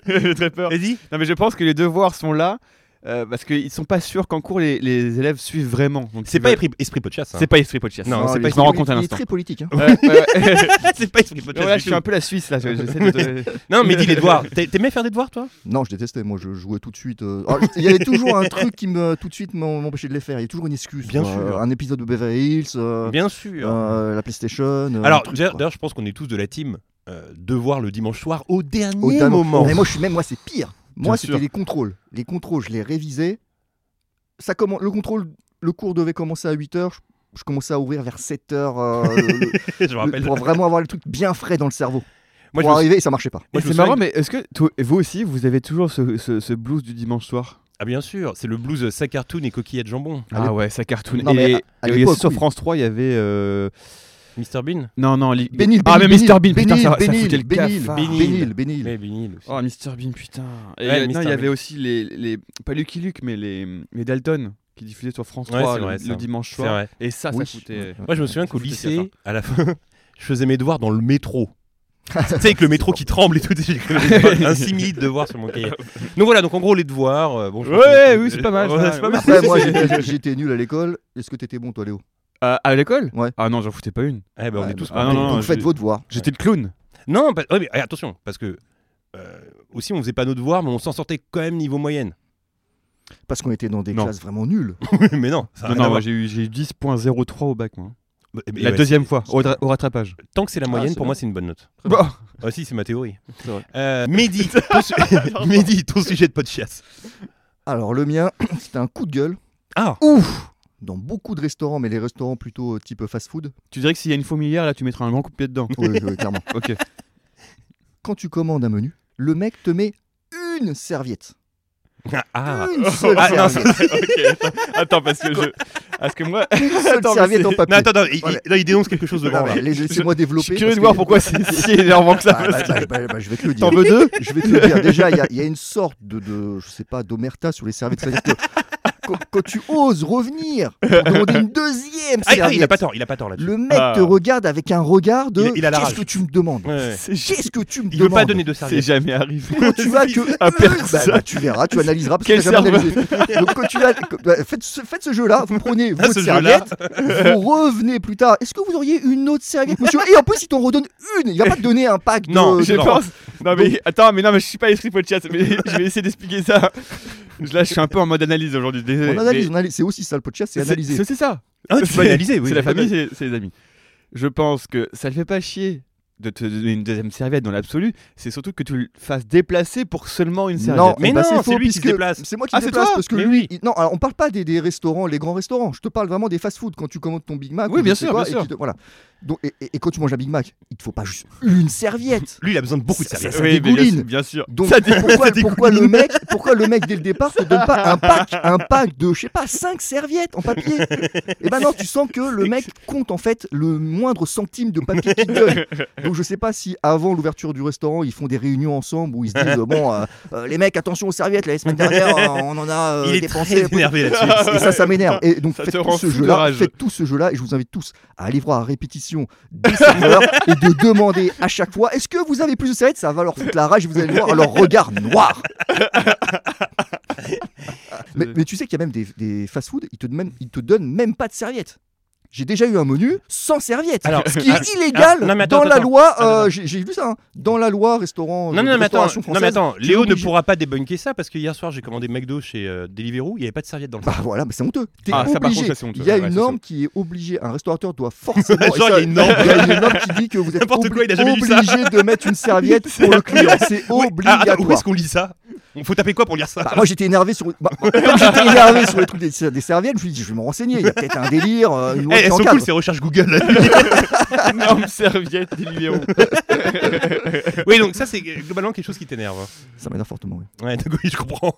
Speaker 4: J'ai très peur.
Speaker 1: Vas-y.
Speaker 4: Non, mais je pense que les devoirs sont là euh, parce qu'ils sont pas sûrs qu'en cours les, les élèves suivent vraiment. Donc,
Speaker 1: C'est
Speaker 4: ils
Speaker 1: pas
Speaker 4: veulent-
Speaker 1: esprit, esprit pot de chasse. hein.
Speaker 4: C'est pas esprit pot de chasse.
Speaker 1: Non, c'est
Speaker 3: il
Speaker 1: pas-
Speaker 3: est-
Speaker 4: je m'en rends
Speaker 3: il-
Speaker 4: compte à
Speaker 3: Il est
Speaker 4: l'instant.
Speaker 3: très politique. hein.
Speaker 4: Ouais, ouais, ouais.
Speaker 1: c'est pas esprit pot de
Speaker 4: Ouais, là,
Speaker 1: chasse.
Speaker 4: je
Speaker 1: du
Speaker 4: suis un
Speaker 1: tout.
Speaker 4: peu la Suisse là. je- j'essaie de te-
Speaker 1: Non, mais dis les devoirs. T'a- T'aimais faire des devoirs, toi
Speaker 3: Non, je détestais. Moi, je jouais tout de suite. euh, ah, je- Il y avait toujours un truc qui me tout de suite m'en- m'empêchait de les faire. Il y a toujours une excuse.
Speaker 1: Bien
Speaker 3: quoi.
Speaker 1: sûr.
Speaker 3: Un épisode de Beverly Hills, euh,
Speaker 1: Bien sûr.
Speaker 3: euh, la PlayStation. euh,
Speaker 1: Alors,
Speaker 3: un truc,
Speaker 1: d'ailleurs,
Speaker 3: quoi.
Speaker 1: d'ailleurs, je pense qu'on est tous de la team euh, devoir le dimanche soir au dernier
Speaker 3: Au dernier
Speaker 1: moment.
Speaker 3: Mais moi, je suis même moi, c'est pire.
Speaker 4: Bien
Speaker 3: Moi,
Speaker 4: sûr.
Speaker 3: c'était les contrôles. Les contrôles, je les révisais. Ça commence. Le contrôle, le cours devait commencer à 8 h Je, je commençais à ouvrir vers 7 h
Speaker 1: je me rappelle.
Speaker 3: pour vraiment avoir le truc bien frais dans le cerveau.
Speaker 1: Moi, je
Speaker 3: pour
Speaker 1: me sou-
Speaker 3: arriver, ça marchait pas.
Speaker 1: moi, je me
Speaker 4: c'est
Speaker 1: souviens
Speaker 4: marrant,
Speaker 1: que-
Speaker 4: mais est-ce que toi- vous aussi vous avez toujours ce, ce- ce blues du dimanche soir
Speaker 1: Ah bien sûr, c'est le blues sa cartoon et coquillette jambon.
Speaker 4: Ah ouais, ça cartoon.
Speaker 3: Non, mais
Speaker 4: et
Speaker 3: à- à
Speaker 4: et
Speaker 3: l'époque,
Speaker 4: sur
Speaker 3: oui.
Speaker 4: France 3, il y avait. euh,
Speaker 1: Mr Bean
Speaker 4: Non, non, li-
Speaker 3: Bénil,
Speaker 4: Ah, mais
Speaker 3: Bénil,
Speaker 4: Mr. Bean, putain,
Speaker 3: Bénil,
Speaker 4: ça, ça
Speaker 3: Bénil,
Speaker 4: foutait le
Speaker 3: Bénil,
Speaker 4: cafard.
Speaker 1: Bénil.
Speaker 3: Bénil, Bénil.
Speaker 1: Mais Bean aussi.
Speaker 4: Oh, Mr. Bean, putain. Et,
Speaker 1: Ouais,
Speaker 4: euh, non,
Speaker 1: Mr.
Speaker 4: il y avait
Speaker 1: Bean.
Speaker 4: aussi les, les. Pas Lucky Luke, mais les, les Dalton qui diffusaient sur France
Speaker 1: Ouais,
Speaker 4: 3
Speaker 1: c'est
Speaker 4: le,
Speaker 1: vrai,
Speaker 4: le
Speaker 1: ça.
Speaker 4: dimanche
Speaker 1: c'est
Speaker 4: soir.
Speaker 1: vrai.
Speaker 4: Et ça,
Speaker 3: Oui.
Speaker 4: ça foutait.
Speaker 3: Ouais.
Speaker 1: Moi je me souviens
Speaker 4: Ça
Speaker 1: qu'au
Speaker 4: foutait le
Speaker 1: lycée, à la fin, je faisais mes devoirs dans le métro. tu sais, avec le métro qui tremble et tout, j'écrivais un simili de devoirs sur mon cahier. Donc voilà, donc en gros, les devoirs. euh, bon, je
Speaker 4: Ouais,
Speaker 1: pense que-
Speaker 4: oui, c'est pas mal,
Speaker 1: Ouais,
Speaker 4: ça.
Speaker 1: c'est pas
Speaker 4: Oui,
Speaker 1: mal.
Speaker 3: Après, moi, j'étais- j'étais nul à l'école. Est-ce que t'étais bon, toi, Léo
Speaker 4: Euh, à l'école
Speaker 3: Ouais.
Speaker 4: Ah non, j'en foutais pas une.
Speaker 1: Eh ben, on
Speaker 3: Ouais,
Speaker 1: est tous
Speaker 3: bah,
Speaker 4: Ah,
Speaker 1: pareils.
Speaker 4: non, non,
Speaker 3: Donc, faites
Speaker 4: je-
Speaker 3: vos devoirs.
Speaker 4: J'étais le clown.
Speaker 1: Non, pas- ouais, mais, eh, attention, parce que euh, aussi on faisait pas nos devoirs, mais on s'en sortait quand même niveau moyenne.
Speaker 3: Parce qu'on était dans des
Speaker 4: Non.
Speaker 3: classes vraiment nulles.
Speaker 1: mais non, ça a rien à
Speaker 4: Non, non, moi
Speaker 1: voir.
Speaker 4: j'ai eu, j'ai eu 10.03 au bac, moi.
Speaker 1: Bah, eh ben,
Speaker 4: La
Speaker 1: ouais,
Speaker 4: deuxième fois,
Speaker 1: c'est-
Speaker 4: au, dra- au rattrapage.
Speaker 1: Tant que c'est la moyenne,
Speaker 3: c'est
Speaker 1: pour
Speaker 3: bon.
Speaker 1: moi, c'est une bonne note.
Speaker 4: Bah,
Speaker 1: Ah si, c'est ma théorie.
Speaker 3: C'est vrai.
Speaker 1: Euh, Mehdi, ton su- Mehdi, ton sujet de podcast.
Speaker 3: Alors, le mien, c'était un coup de gueule.
Speaker 1: Ah.
Speaker 3: Ouf Dans beaucoup de restaurants, mais les restaurants plutôt euh, type fast-food.
Speaker 4: tu dirais que s'il y a une fourmilière, là, tu mettrais un grand coup de pied dedans.
Speaker 3: Oui, oui, clairement.
Speaker 4: ok.
Speaker 3: Quand tu commandes un menu, le mec te met une serviette.
Speaker 1: Ah,
Speaker 3: Une seule
Speaker 1: Ah, non,
Speaker 3: serviette.
Speaker 4: Attends, parce que je. Parce que moi.
Speaker 3: Une seule
Speaker 4: Attends, mais
Speaker 3: serviette en
Speaker 4: c'est-
Speaker 3: papier.
Speaker 1: Non, attends, attends, il,
Speaker 3: Voilà.
Speaker 1: il- là, il dénonce quelque chose de grand.
Speaker 3: Non,
Speaker 1: là.
Speaker 3: mais Laissez-moi
Speaker 4: Je
Speaker 3: développer.
Speaker 4: suis curieux
Speaker 3: parce
Speaker 4: de
Speaker 3: que-
Speaker 4: voir pourquoi c'est si énervant que ça.
Speaker 1: Ah,
Speaker 3: Bah, bah, bah, bah, bah, je vais te le dire.
Speaker 4: T'en veux deux
Speaker 3: Je vais te le dire. Déjà, il y a- il y, a une sorte de, de- je sais pas, d'omerta sur les serviettes. C'est-à-dire que quand, quand tu oses revenir pour demander une deuxième
Speaker 1: Ah,
Speaker 3: serviette,
Speaker 1: ah, il a pas tort, il a pas tort là-dessus.
Speaker 3: le mec
Speaker 4: Ah.
Speaker 3: te regarde avec un regard de
Speaker 1: Il a- il a la
Speaker 3: qu'est-ce
Speaker 1: rage.
Speaker 3: que tu me demandes
Speaker 1: Ouais, ouais.
Speaker 4: C'est ju-
Speaker 3: Qu'est-ce que tu me
Speaker 1: Il veut
Speaker 3: demandes
Speaker 1: pas donner de
Speaker 4: c'est
Speaker 1: serviette.
Speaker 4: jamais arrivé.
Speaker 3: quand tu vas que
Speaker 4: à
Speaker 3: Bah,
Speaker 4: personne.
Speaker 3: bah, tu verras, tu analyseras parce que
Speaker 4: Quel
Speaker 3: t'as jamais analysé. Donc quand tu vas, bah, faites ce, faites ce jeu-là, vous prenez
Speaker 1: Ah,
Speaker 3: votre
Speaker 1: ce jeu-là.
Speaker 3: serviette, vous revenez plus tard. Est-ce que vous auriez une autre serviette, monsieur Et en plus, il t'en redonne une. Il va pas te donner un pack. de-
Speaker 1: Non,
Speaker 3: de,
Speaker 4: Je
Speaker 1: Non.
Speaker 4: pense. Non mais attends, mais non mais je suis pas esprit podcast, mais je vais essayer d'expliquer ça. Je- Là, je suis un peu en mode analyse aujourd'hui. Désolé.
Speaker 3: On analyse,
Speaker 4: Mais
Speaker 3: on analyse. C'est aussi ça le podcast, c'est
Speaker 4: c'est-
Speaker 3: analyser.
Speaker 4: C'est c'est ça.
Speaker 1: Ah, tu peux analyser, oui.
Speaker 4: c'est la
Speaker 1: tout à fait.
Speaker 4: famille, c'est c'est les amis. Je pense que ça le fait pas chier de te donner une deuxième serviette dans l'absolu. C'est surtout que tu le fasses déplacer pour seulement une serviette.
Speaker 3: Non,
Speaker 1: Mais
Speaker 3: bah,
Speaker 1: non,
Speaker 3: c'est
Speaker 1: c'est
Speaker 3: faux,
Speaker 1: lui qui se
Speaker 3: puisque-
Speaker 1: déplace.
Speaker 3: C'est moi qui
Speaker 4: Ah,
Speaker 3: me
Speaker 4: c'est
Speaker 3: déplace
Speaker 4: toi
Speaker 3: parce que
Speaker 1: Mais
Speaker 3: lui,
Speaker 1: oui.
Speaker 3: il- non, alors, on parle pas des, des restaurants, les grands restaurants. Je te parle vraiment des fast-food quand tu commandes ton Big Mac.
Speaker 4: Oui,
Speaker 3: ou
Speaker 4: bien
Speaker 3: je sais
Speaker 4: sûr,
Speaker 3: quoi,
Speaker 4: bien
Speaker 3: et
Speaker 4: sûr.
Speaker 3: tu te- voilà. Donc, et, et- et quand tu manges un Big Mac, il te faut pas juste une serviette.
Speaker 1: Lui, il a besoin de beaucoup de
Speaker 3: Ça-
Speaker 1: serviettes.
Speaker 3: ça-
Speaker 4: oui, mais
Speaker 3: dégouline.
Speaker 4: bien, bien sûr.
Speaker 3: Donc
Speaker 4: Ça dé-
Speaker 3: pourquoi,
Speaker 4: ça dégouline.
Speaker 3: pourquoi le mec, pourquoi le mec dès le départ te donne pas un pack, un pack de je sais pas cinq serviettes en papier Et ben non, tu sens que le mec compte en fait le moindre centime de papier qu'il te donne. Donc je sais pas si avant l'ouverture du restaurant ils font des réunions ensemble où ils se disent euh, bon euh, euh, les mecs attention aux serviettes la semaine dernière euh, on en a euh,
Speaker 1: Il est très
Speaker 3: dépensé.
Speaker 1: énervé là-dessus.
Speaker 3: Et ça, ça m'énerve. Et donc,
Speaker 4: Ah Ça
Speaker 3: faites
Speaker 4: te
Speaker 3: tout,
Speaker 4: rend
Speaker 3: ce
Speaker 4: fou de
Speaker 3: jeu-là,
Speaker 4: rage.
Speaker 3: faites tout ce jeu-là. Et je vous invite tous à aller voir à répétition des serveurs et de demander à chaque fois est-ce que vous avez plus de serviettes Ça va leur foutre la rage. et Vous allez le voir à leur regard noir. mais, mais tu sais qu'il y a même des, des fast-food, ils te, donnent même- ils te donnent même pas de serviettes. J'ai déjà eu un menu sans serviette.
Speaker 1: Alors,
Speaker 3: ce qui
Speaker 1: ah,
Speaker 3: est illégal
Speaker 1: ah, non, mais attends,
Speaker 3: dans la
Speaker 1: attends.
Speaker 3: loi.
Speaker 1: Attends,
Speaker 3: euh,
Speaker 1: attends.
Speaker 3: j'ai j'ai vu ça. hein, dans la loi restaurant.
Speaker 1: Non,
Speaker 3: euh,
Speaker 1: non, mais attends,
Speaker 3: restauration
Speaker 1: non, mais
Speaker 3: française.
Speaker 1: attends,
Speaker 3: t'es
Speaker 1: Léo ne
Speaker 3: obligé.
Speaker 1: pourra pas débunker ça parce que hier soir j'ai commandé McDo chez euh, Deliveroo, il n'y avait pas de serviette dans le
Speaker 3: Bah
Speaker 1: sac.
Speaker 3: voilà, mais c'est honteux. T'es
Speaker 4: Ah, ça, par contre,
Speaker 3: obligé.
Speaker 4: ça, c'est honteux.
Speaker 3: Il y a
Speaker 4: Ouais,
Speaker 3: une
Speaker 4: ça,
Speaker 3: norme qui est obligée. Un restaurateur doit forcément.
Speaker 1: Genre,
Speaker 3: et ça,
Speaker 1: il y a une norme.
Speaker 3: il y a une norme qui dit que vous êtes
Speaker 1: N'importe quoi, il a jamais lu ça.
Speaker 3: obligé de mettre une serviette pour le client.
Speaker 1: Oui,
Speaker 3: C'est
Speaker 1: ah, attends, où
Speaker 3: obligatoire.
Speaker 1: est-ce qu'on lit ça On faut taper quoi pour lire ça Eh,
Speaker 3: Bah, moi j'étais énervé sur bah, bah, comme j'étais énervé sur les trucs des, des serviettes, je me suis dit je vais me renseigner, il y a peut-être un délire, euh, une
Speaker 1: Eh,
Speaker 3: loi qui
Speaker 1: elles sont
Speaker 3: encadre.
Speaker 1: cool ces recherches Google. là.
Speaker 4: Énorme serviette des numéros.
Speaker 1: oui, donc ça c'est euh, globalement quelque chose qui t'énerve.
Speaker 3: Ça m'énerve fortement. oui.
Speaker 1: Ouais, d'accord, oui, je comprends.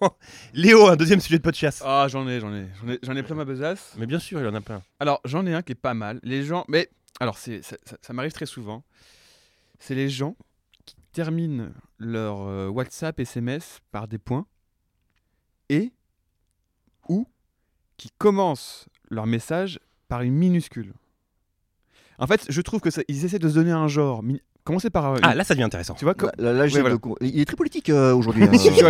Speaker 1: Léo, un deuxième sujet de podcast.
Speaker 4: Ah, j'en ai, j'en ai, j'en ai, j'en ai plein ma besace.
Speaker 1: Mais bien sûr, il en a plein.
Speaker 4: Alors, j'en ai un qui est pas mal. Les gens. Mais. Alors, c'est, ça, ça- ça m'arrive très souvent. C'est les gens qui terminent leur euh, WhatsApp, SMS par des points. Et. Ou. Qui commencent leur message par une minuscule. En fait, je trouve que ça, ils essaient de se donner un genre. mi- Commencez par. euh,
Speaker 1: Ah,
Speaker 4: une-
Speaker 1: là ça devient intéressant.
Speaker 4: Tu vois, comme-
Speaker 3: Là, là, là, j'ai
Speaker 4: Ouais, voilà.
Speaker 3: le con- Il est très politique euh, aujourd'hui. hein.
Speaker 4: Ouais,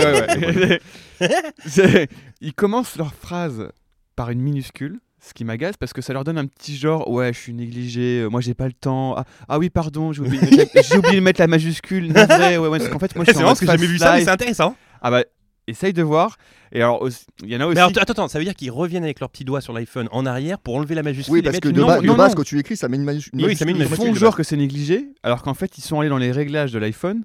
Speaker 4: ouais, ouais. C'est- Ils commencent leur phrase par une minuscule, ce qui m'agace parce que ça leur donne un petit genre ouais, je suis négligé, euh, moi j'ai pas le temps. Ah, ah oui, pardon, j'ai oublié, de mettre la- j'ai oublié de mettre la majuscule. navré, ouais, ouais, parce qu'en fait, moi je
Speaker 1: Ah, C'est
Speaker 4: suis en
Speaker 1: marrant parce que j'ai
Speaker 4: mode
Speaker 1: jamais vu
Speaker 4: fast
Speaker 1: ça, mais
Speaker 4: life.
Speaker 1: c'est intéressant.
Speaker 4: Ah bah essaye de voir. Et alors aussi- il y en a aussi
Speaker 1: Mais alors, attends, attends, ça veut dire qu'ils reviennent avec leur petit doigt sur l'iPhone en arrière pour enlever la majuscule
Speaker 3: Oui,
Speaker 1: et
Speaker 3: parce
Speaker 1: mettre
Speaker 3: que
Speaker 1: une
Speaker 3: de,
Speaker 1: non,
Speaker 3: ba- de
Speaker 1: non,
Speaker 3: base,
Speaker 1: non.
Speaker 3: quand tu écris, ça met une manus- une
Speaker 1: Oui, ça met une
Speaker 3: majuscule.
Speaker 4: ils
Speaker 1: majuscule
Speaker 4: font
Speaker 1: de
Speaker 4: genre
Speaker 1: base.
Speaker 4: que c'est négligé, alors qu'en fait ils sont allés dans les réglages de l'iPhone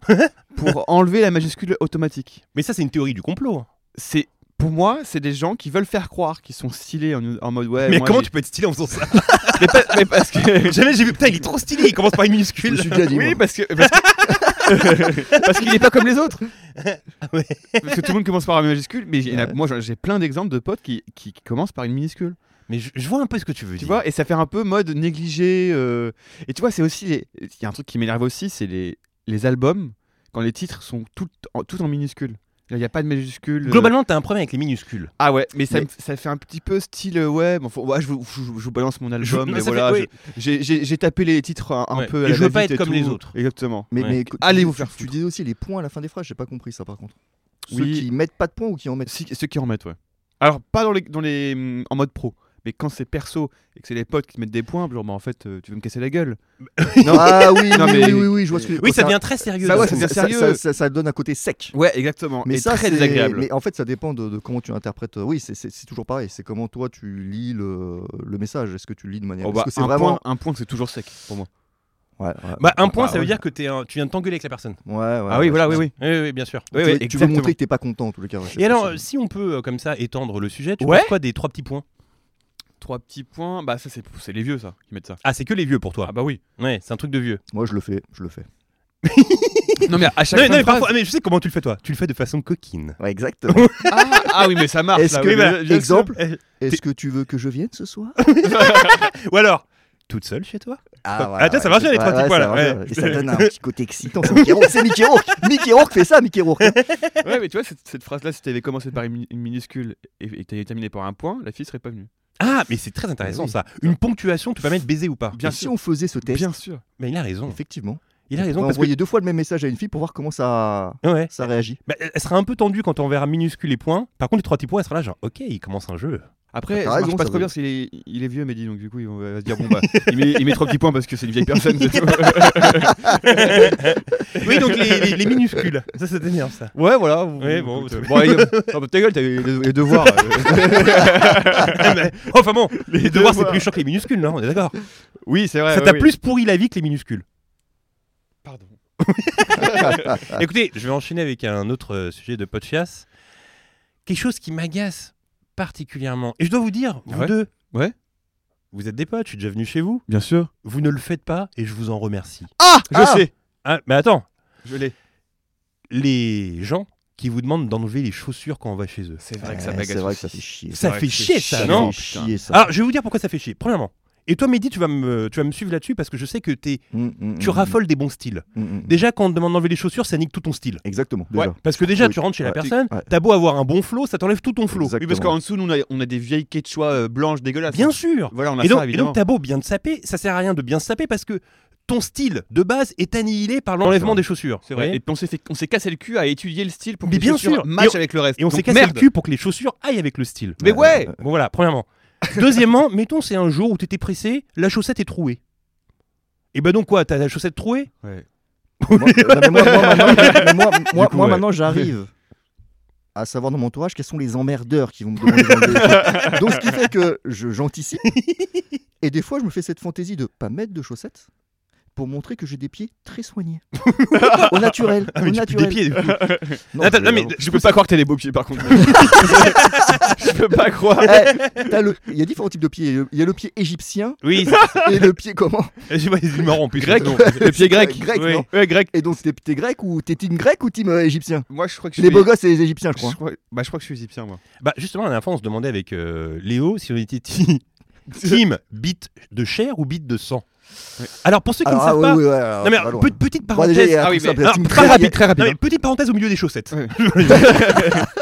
Speaker 4: pour enlever la majuscule automatique.
Speaker 1: Mais ça c'est une théorie du complot. hein.
Speaker 4: C'est Pour moi, c'est des gens qui veulent faire croire qu'ils sont stylés en, en mode ouais.
Speaker 1: mais
Speaker 4: moi,
Speaker 1: comment
Speaker 4: j'ai-
Speaker 1: tu peux être stylé en faisant ça
Speaker 4: Mais pas- mais parce que
Speaker 1: Jamais j'ai vu, putain, il est trop stylé, il commence par une
Speaker 3: Je me
Speaker 1: minuscule.
Speaker 3: suis déjà dit, moi.
Speaker 4: Oui, parce que. Parce que- parce qu'il n'est pas comme les autres.
Speaker 3: Ah
Speaker 1: ouais.
Speaker 4: Parce que tout le monde commence par une majuscule, mais il y en a- moi j'en- j'ai plein d'exemples de potes qui, qui, qui commencent par une minuscule.
Speaker 1: Mais je, je vois un peu ce que tu veux
Speaker 4: Tu
Speaker 1: dire.
Speaker 4: vois, et ça fait un peu mode négligé. euh, Et tu vois, c'est aussi. les- Il y a un truc qui m'énerve aussi, c'est les, les albums, quand les titres sont tout en, tout en minuscule. Il n'y a pas de majuscule. euh,
Speaker 1: Globalement, t'as un problème avec les minuscules.
Speaker 4: Ah ouais, mais ça,
Speaker 3: Mais-
Speaker 4: me- ça fait un petit peu style euh, ouais, bon, faut- ouais, je, vous, je vous- je vous balance mon
Speaker 1: Je-
Speaker 4: album,
Speaker 1: non,
Speaker 4: mais
Speaker 1: ça fait-
Speaker 4: voilà,
Speaker 1: oui.
Speaker 4: je- j'ai- j'ai j'ai tapé les titres un, un
Speaker 1: Ouais.
Speaker 4: peu. à
Speaker 1: Et
Speaker 4: la
Speaker 1: je veux pas
Speaker 4: va-vite
Speaker 1: être
Speaker 4: et
Speaker 1: comme les
Speaker 4: tout.
Speaker 1: autres.
Speaker 4: Exactement.
Speaker 3: Mais,
Speaker 1: Ouais.
Speaker 3: mais
Speaker 4: Allez
Speaker 3: tu-
Speaker 4: vous faire
Speaker 3: Tu
Speaker 4: foutre.
Speaker 3: disais aussi les points à la fin des phrases, j'ai pas compris ça par contre. Ceux
Speaker 4: Oui.
Speaker 3: qui mettent pas de points ou qui en mettent.
Speaker 4: Si- ceux qui en mettent, ouais. Alors, pas dans les, dans les, hum, en mode pro, mais quand c'est perso et que c'est les potes qui te mettent des points, genre, bah, en fait, euh, tu veux me casser la gueule. Non.
Speaker 3: Ah oui,
Speaker 4: Non,
Speaker 3: oui,
Speaker 4: mais-
Speaker 3: oui, oui, oui, je vois ce que
Speaker 1: Oui, ça
Speaker 3: un-
Speaker 1: devient très sérieux.
Speaker 4: ça,
Speaker 1: d'un
Speaker 4: ouais,
Speaker 1: coup.
Speaker 4: devient sérieux.
Speaker 3: Ça, ça- ça donne un côté sec.
Speaker 4: Ouais, exactement.
Speaker 3: Mais
Speaker 4: et
Speaker 3: ça,
Speaker 4: très
Speaker 3: c'est-
Speaker 4: désagréable.
Speaker 3: Mais en fait, ça dépend de, de comment tu interprètes. Oui, c'est- c'est c'est toujours pareil. C'est comment toi tu lis le, le message. Est-ce que tu lis de manière.
Speaker 4: Oh,
Speaker 3: Parce
Speaker 4: bah,
Speaker 3: que c'est
Speaker 4: un,
Speaker 3: vraiment.
Speaker 4: point, un point, c'est toujours sec pour moi.
Speaker 3: Ouais, ouais.
Speaker 1: Bah, un point,
Speaker 3: Bah,
Speaker 1: ça veut
Speaker 3: ouais.
Speaker 1: dire que t'es un- tu viens de t'engueuler avec la personne.
Speaker 3: Ouais, ouais,
Speaker 4: ah oui,
Speaker 3: ouais,
Speaker 4: voilà,
Speaker 3: je
Speaker 4: oui,
Speaker 3: pense.
Speaker 4: oui.
Speaker 1: Oui, oui, bien sûr.
Speaker 4: Oui,
Speaker 3: Tu veux-
Speaker 4: oui,
Speaker 3: tu veux
Speaker 4: exactement.
Speaker 3: montrer que t'es pas content en tout cas. ouais, c'est
Speaker 1: Et alors,
Speaker 3: possible.
Speaker 1: si on peut euh, comme ça étendre le sujet, tu
Speaker 4: Ouais.
Speaker 1: penses quoi des trois petits points
Speaker 4: Trois petits points, bah, ça, c'est c'est les vieux, ça, qui mettent ça.
Speaker 1: Ah, c'est que les vieux pour toi.
Speaker 4: Ah, bah oui.
Speaker 1: Ouais, c'est un truc de vieux.
Speaker 3: moi je le fais, je le fais.
Speaker 4: non, mais à chaque
Speaker 1: Non, mais- non, mais
Speaker 4: fin de phrase-
Speaker 1: parfois, ah, mais je sais comment tu le fais toi. Tu le fais de façon coquine.
Speaker 3: Ouais, exactement.
Speaker 4: ah, ah oui, mais ça marche.
Speaker 3: Est-ce
Speaker 4: là,
Speaker 3: que-
Speaker 4: oui,
Speaker 3: voilà,
Speaker 4: bien- bien sûr.
Speaker 3: exemple.
Speaker 1: Euh,
Speaker 3: Est-ce que tu veux que je vienne ce soir
Speaker 1: Ou alors, toute seule chez toi
Speaker 3: Ah,
Speaker 1: Ah, tiens, ça marche bien, les
Speaker 3: ouais,
Speaker 1: trois petits
Speaker 3: ouais,
Speaker 1: poils,
Speaker 3: ça marche
Speaker 1: ouais.
Speaker 3: bien. Et ça donne un petit côté excitant. C'est Mickey Rourke, c'est Mickey Rourke. Mickey Rourke fait ça, Mickey Rourke.
Speaker 4: Ouais, mais tu vois, cette, cette phrase-là, si t'avais commencé par une, mi- une minuscule et et que t'avais terminé par un point, la fille serait pas venue.
Speaker 1: Ah, mais c'est très intéressant
Speaker 3: Oui.
Speaker 1: ça. Une ponctuation, tu peux mettre baiser ou pas
Speaker 4: Bien
Speaker 3: Et
Speaker 4: sûr.
Speaker 3: si on faisait ce test,
Speaker 4: Bien sûr.
Speaker 1: Mais il a raison.
Speaker 3: effectivement,
Speaker 1: Il a
Speaker 3: on
Speaker 1: raison
Speaker 3: va
Speaker 1: parce que
Speaker 3: envoyer deux fois le même message à une fille pour voir comment ça,
Speaker 1: ouais.
Speaker 3: ça réagit.
Speaker 1: Bah, elle sera un peu tendue quand on verra minuscule les points. Par contre, les trois petits points, elle sera là genre, ok, il commence un jeu.
Speaker 3: T'as
Speaker 4: Après, ça marche
Speaker 3: raison,
Speaker 4: pas
Speaker 3: ça
Speaker 4: trop
Speaker 3: veut-
Speaker 4: bien parce qu'il est, il est vieux, Mehdi, donc du coup, il va va se dire bon, bah, il met, il met trois petits points parce que c'est une vieille personne. c'est tout.
Speaker 1: oui, donc les, les- les minuscules. Ça, ça t'énerve ça.
Speaker 4: ouais, voilà.
Speaker 1: Ouais, bon,
Speaker 4: écoute,
Speaker 1: c'est-
Speaker 4: euh, bon, allez, euh, non, bah, ta gueule, t'as les, les devoirs. euh.
Speaker 1: Ah, mais- enfin bon, les devoirs, c'est
Speaker 4: devoirs.
Speaker 1: plus chaud que les minuscules, non On est d'accord
Speaker 4: oui, c'est vrai.
Speaker 1: Ça
Speaker 4: ouais,
Speaker 1: t'a
Speaker 4: oui.
Speaker 1: plus pourri la vie que les minuscules.
Speaker 4: Pardon.
Speaker 1: Écoutez, je vais enchaîner avec un autre euh, sujet de podcast. Quelque chose qui m'agace particulièrement. Et je dois vous dire, vous
Speaker 4: Ah ouais
Speaker 1: deux.
Speaker 4: Ouais.
Speaker 1: Vous êtes des potes, je suis déjà venu chez vous.
Speaker 4: Bien sûr.
Speaker 1: Vous ne le faites pas et je vous en remercie.
Speaker 4: Ah Je
Speaker 3: Ah
Speaker 4: sais.
Speaker 1: Ah, mais attends,
Speaker 4: Je l'ai.
Speaker 1: les gens qui vous demandent d'enlever les chaussures quand on va chez eux.
Speaker 4: C'est vrai que ça
Speaker 3: Ouais,
Speaker 4: m'agace.
Speaker 3: c'est vrai que ça
Speaker 4: aussi.
Speaker 3: fait chier.
Speaker 1: Ça
Speaker 4: vrai
Speaker 1: fait
Speaker 4: que c'est
Speaker 1: chier Ah,
Speaker 3: Ça
Speaker 1: ça,
Speaker 3: fait
Speaker 1: non
Speaker 3: chier, ça.
Speaker 1: Alors, je vais vous dire pourquoi ça fait chier. Premièrement, et toi, Mehdi, tu vas me, tu vas me suivre là-dessus parce que je sais que t'es-
Speaker 3: Mm, mm,
Speaker 1: tu
Speaker 4: Mmh.
Speaker 3: mm,
Speaker 1: raffoles des bons styles.
Speaker 3: mm, mm, mm.
Speaker 1: Déjà, quand on te demande d'enlever les chaussures, ça nique tout ton style.
Speaker 3: Exactement.
Speaker 4: Ouais.
Speaker 3: Déjà.
Speaker 1: Parce que déjà,
Speaker 3: Oui.
Speaker 1: tu rentres chez la
Speaker 3: Ouais.
Speaker 1: personne,
Speaker 3: Ouais.
Speaker 1: t'as beau avoir un bon flow, ça t'enlève tout ton flow.
Speaker 3: Exact.
Speaker 4: Oui, parce qu'en dessous, nous, on a, on a des vieilles quechua euh, blanches dégueulasses.
Speaker 1: Bien sûr
Speaker 4: Voilà, on a
Speaker 1: Et donc, et
Speaker 4: ça,
Speaker 1: donc,
Speaker 4: évidemment.
Speaker 1: t'as beau bien te saper, ça sert à rien de bien se saper parce que ton style de base est annihilé par l'enlèvement des chaussures.
Speaker 4: C'est
Speaker 1: Vous
Speaker 4: vrai.
Speaker 1: voyez
Speaker 4: Et puis on s'est fait- on s'est cassé le cul à étudier le style pour que
Speaker 1: Mais
Speaker 4: les
Speaker 1: bien
Speaker 4: chaussures
Speaker 1: sûr. Et
Speaker 4: matchent
Speaker 1: on-
Speaker 4: avec le reste.
Speaker 1: Et on s'est
Speaker 4: Donc,
Speaker 1: cassé
Speaker 4: merde.
Speaker 1: le cul pour que les chaussures aillent avec le style.
Speaker 4: Mais ouais
Speaker 1: Bon, voilà, premièrement. Deuxièmement, mettons, c'est un jour où t'étais pressé, la chaussette est trouée. Et ben donc quoi, t'as la chaussette trouée
Speaker 3: Moi, non, mais moi- moi, maintenant- mais moi- moi-
Speaker 4: coup,
Speaker 3: moi,
Speaker 4: ouais.
Speaker 3: maintenant, j'arrive à savoir dans mon entourage quels sont les emmerdeurs qui vont me demander d'enlever les choses. Donc, ce qui fait que je- j'anticipe. Et des fois, je me fais cette fantaisie de pas mettre de chaussettes pour montrer que j'ai des pieds très soignés. au naturel.
Speaker 1: Ah,
Speaker 3: au
Speaker 1: mais
Speaker 4: euh,
Speaker 1: tu-
Speaker 3: naturel.
Speaker 1: des pieds. des-
Speaker 3: Non,
Speaker 1: Attends,
Speaker 3: je-
Speaker 1: non, mais-
Speaker 4: Je peux pas croire que t'as des beaux pieds par contre. je peux pas croire.
Speaker 3: Eh, t'as le- Il y a différents types de pieds. Il y a le pied égyptien
Speaker 1: Oui,
Speaker 3: et le pied comment
Speaker 4: Eh,
Speaker 1: j'ai pas des marrons en plus.
Speaker 4: Grec,
Speaker 1: Non.
Speaker 4: le pied grec.
Speaker 3: Grec,
Speaker 4: Oui.
Speaker 3: non
Speaker 4: Ouais, grec.
Speaker 3: Et donc, t'es t'es grec ou t'es team grec ou team euh, égyptien
Speaker 4: Moi, je crois que je
Speaker 3: Les
Speaker 4: suis-
Speaker 3: beaux gosses, c'est les égyptiens, je crois.
Speaker 4: Je crois... Bah, je crois que je suis égyptien, moi.
Speaker 1: Bah justement, la dernière fois, on se demandait avec euh, Léo si on était ti- team bite de chair ou bite de sang. Alors pour ceux qui
Speaker 3: Alors,
Speaker 1: ne savent
Speaker 3: ah,
Speaker 1: pas,
Speaker 3: ouais, ouais, ouais, alors,
Speaker 1: non, mais
Speaker 3: ça va
Speaker 1: alors,
Speaker 3: loin.
Speaker 1: pe- petite
Speaker 3: Bon, déjà, il y
Speaker 1: parenthèse.
Speaker 3: a
Speaker 4: Ah oui,
Speaker 3: tout ça,
Speaker 4: mais-
Speaker 3: il y a
Speaker 1: alors,
Speaker 3: Team
Speaker 1: très
Speaker 3: Grey,
Speaker 1: rapide,
Speaker 3: très
Speaker 1: Non, mais petite parenthèse au milieu des chaussettes.
Speaker 4: Ouais.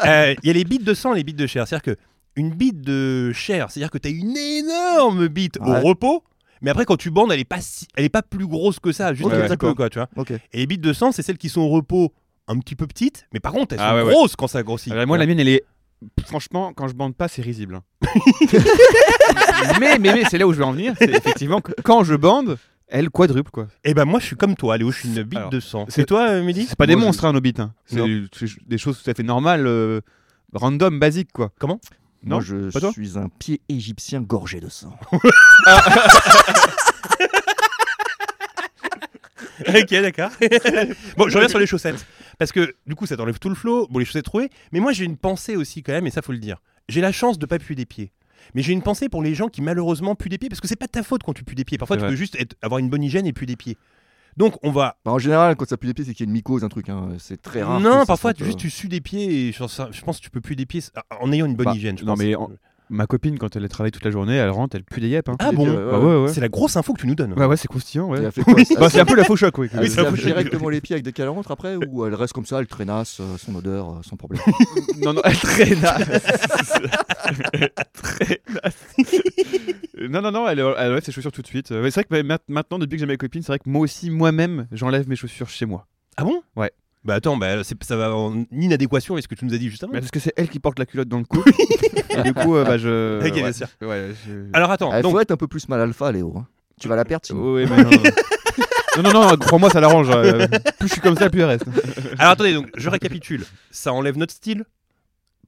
Speaker 1: Euh, Il y a les bites de sang et les bites de chair. C'est-à-dire que une bite de chair, c'est-à-dire que t'as une énorme bite
Speaker 3: Ouais.
Speaker 1: au repos, mais après quand tu bandes, elle est pas si- elle est pas plus grosse que ça, juste
Speaker 3: Ok,
Speaker 1: un petit
Speaker 3: d'accord.
Speaker 1: peu quoi, tu vois.
Speaker 3: Ok.
Speaker 1: Et les bites de sang, c'est celles qui sont au repos un petit peu petites, mais par contre elles
Speaker 4: Ah
Speaker 1: sont
Speaker 4: ouais, ouais.
Speaker 1: grosses quand ça grossit.
Speaker 3: Ah,
Speaker 4: Alors, moi, la mienne, elle est. Franchement, quand je bande pas, c'est risible. hein. mais mais, mais c'est là où je veux en venir. C'est effectivement que quand je bande, elle quadruple, quoi.
Speaker 1: Et ben moi je suis comme toi, Léo, je suis une bite
Speaker 4: Alors,
Speaker 1: de sang.
Speaker 4: c'est-
Speaker 1: C'est toi, euh, Mehdi
Speaker 4: C'est pas des
Speaker 3: Moi, je-
Speaker 4: monstres, hein, nos bites. hein. C'est
Speaker 1: Non.
Speaker 4: du- c'est des choses tout à fait normales, euh, random, basiques, quoi. Non,
Speaker 3: Moi, je
Speaker 4: pas toi
Speaker 3: suis un pied égyptien gorgé de sang.
Speaker 1: ok, d'accord. bon, je reviens sur les chaussettes. Parce que du coup, ça t'enlève tout le flot. Bon, les chaussettes trouées. Mais moi, j'ai une pensée aussi quand même, et ça, faut le dire. J'ai la chance de pas puer des pieds. Mais j'ai une pensée pour les gens qui malheureusement puent des pieds, parce que c'est pas de ta faute quand tu pues des pieds. Parfois,
Speaker 4: C'est
Speaker 1: tu
Speaker 4: vrai.
Speaker 1: peux juste être- avoir une bonne hygiène et puer des pieds. Donc, on va.
Speaker 3: Bah, en général, quand ça pue des pieds, c'est qu'il y a une mycose, un truc. hein. C'est très rare. que
Speaker 1: non,
Speaker 3: ça
Speaker 1: parfois,
Speaker 3: sorte,
Speaker 1: tu,
Speaker 3: euh,
Speaker 1: juste tu sues des pieds et je, je pense que tu peux puer des pieds en ayant une bonne
Speaker 4: Bah,
Speaker 1: hygiène. je
Speaker 4: non,
Speaker 1: pense.
Speaker 4: mais en- Ma copine, quand elle travaille toute la journée, elle rentre, elle pue des yeux. Hein.
Speaker 1: Ah
Speaker 3: des
Speaker 1: bon
Speaker 3: pieds,
Speaker 4: Bah ouais, ouais.
Speaker 1: C'est la grosse info que tu nous donnes.
Speaker 4: Ouais, ouais, c'est croustillant, ouais.
Speaker 3: Elle a fait quoi
Speaker 4: Bah, c'est un peu la faux choc, oui.
Speaker 3: Elle
Speaker 1: Oui, ça
Speaker 3: lave
Speaker 1: bouge.
Speaker 3: directement les pieds avec des calantes après ou euh, elle reste comme ça, elle traînasse euh, son odeur euh, sans problème.
Speaker 4: non, non, elle traîne. non, non, non, elle, elle enlève ses chaussures tout de suite. Euh, ouais, C'est vrai que ma- maintenant, depuis que j'ai ma copine, c'est vrai que moi aussi, moi-même, j'enlève mes chaussures chez moi.
Speaker 1: Ah bon
Speaker 4: Ouais.
Speaker 1: Bah attends, bah, c'est- ça va en inadéquation avec ce que tu nous as dit juste avant.
Speaker 4: Mais Bah, parce que c'est elle qui porte la culotte dans le cou. et du coup, euh, bah, je.
Speaker 1: Ok, bien
Speaker 4: ouais.
Speaker 1: sûr.
Speaker 4: Ouais, je-
Speaker 1: Alors attends,
Speaker 3: Il
Speaker 1: donc,
Speaker 3: faut être un peu plus mal alpha, Léo. hein. Tu vas la perdre sinon.
Speaker 4: Ouais, mais non. non, non, non, crois-moi, ça l'arrange. euh, plus je suis comme ça, plus elle reste.
Speaker 1: alors attendez, donc je récapitule. Ça enlève notre style,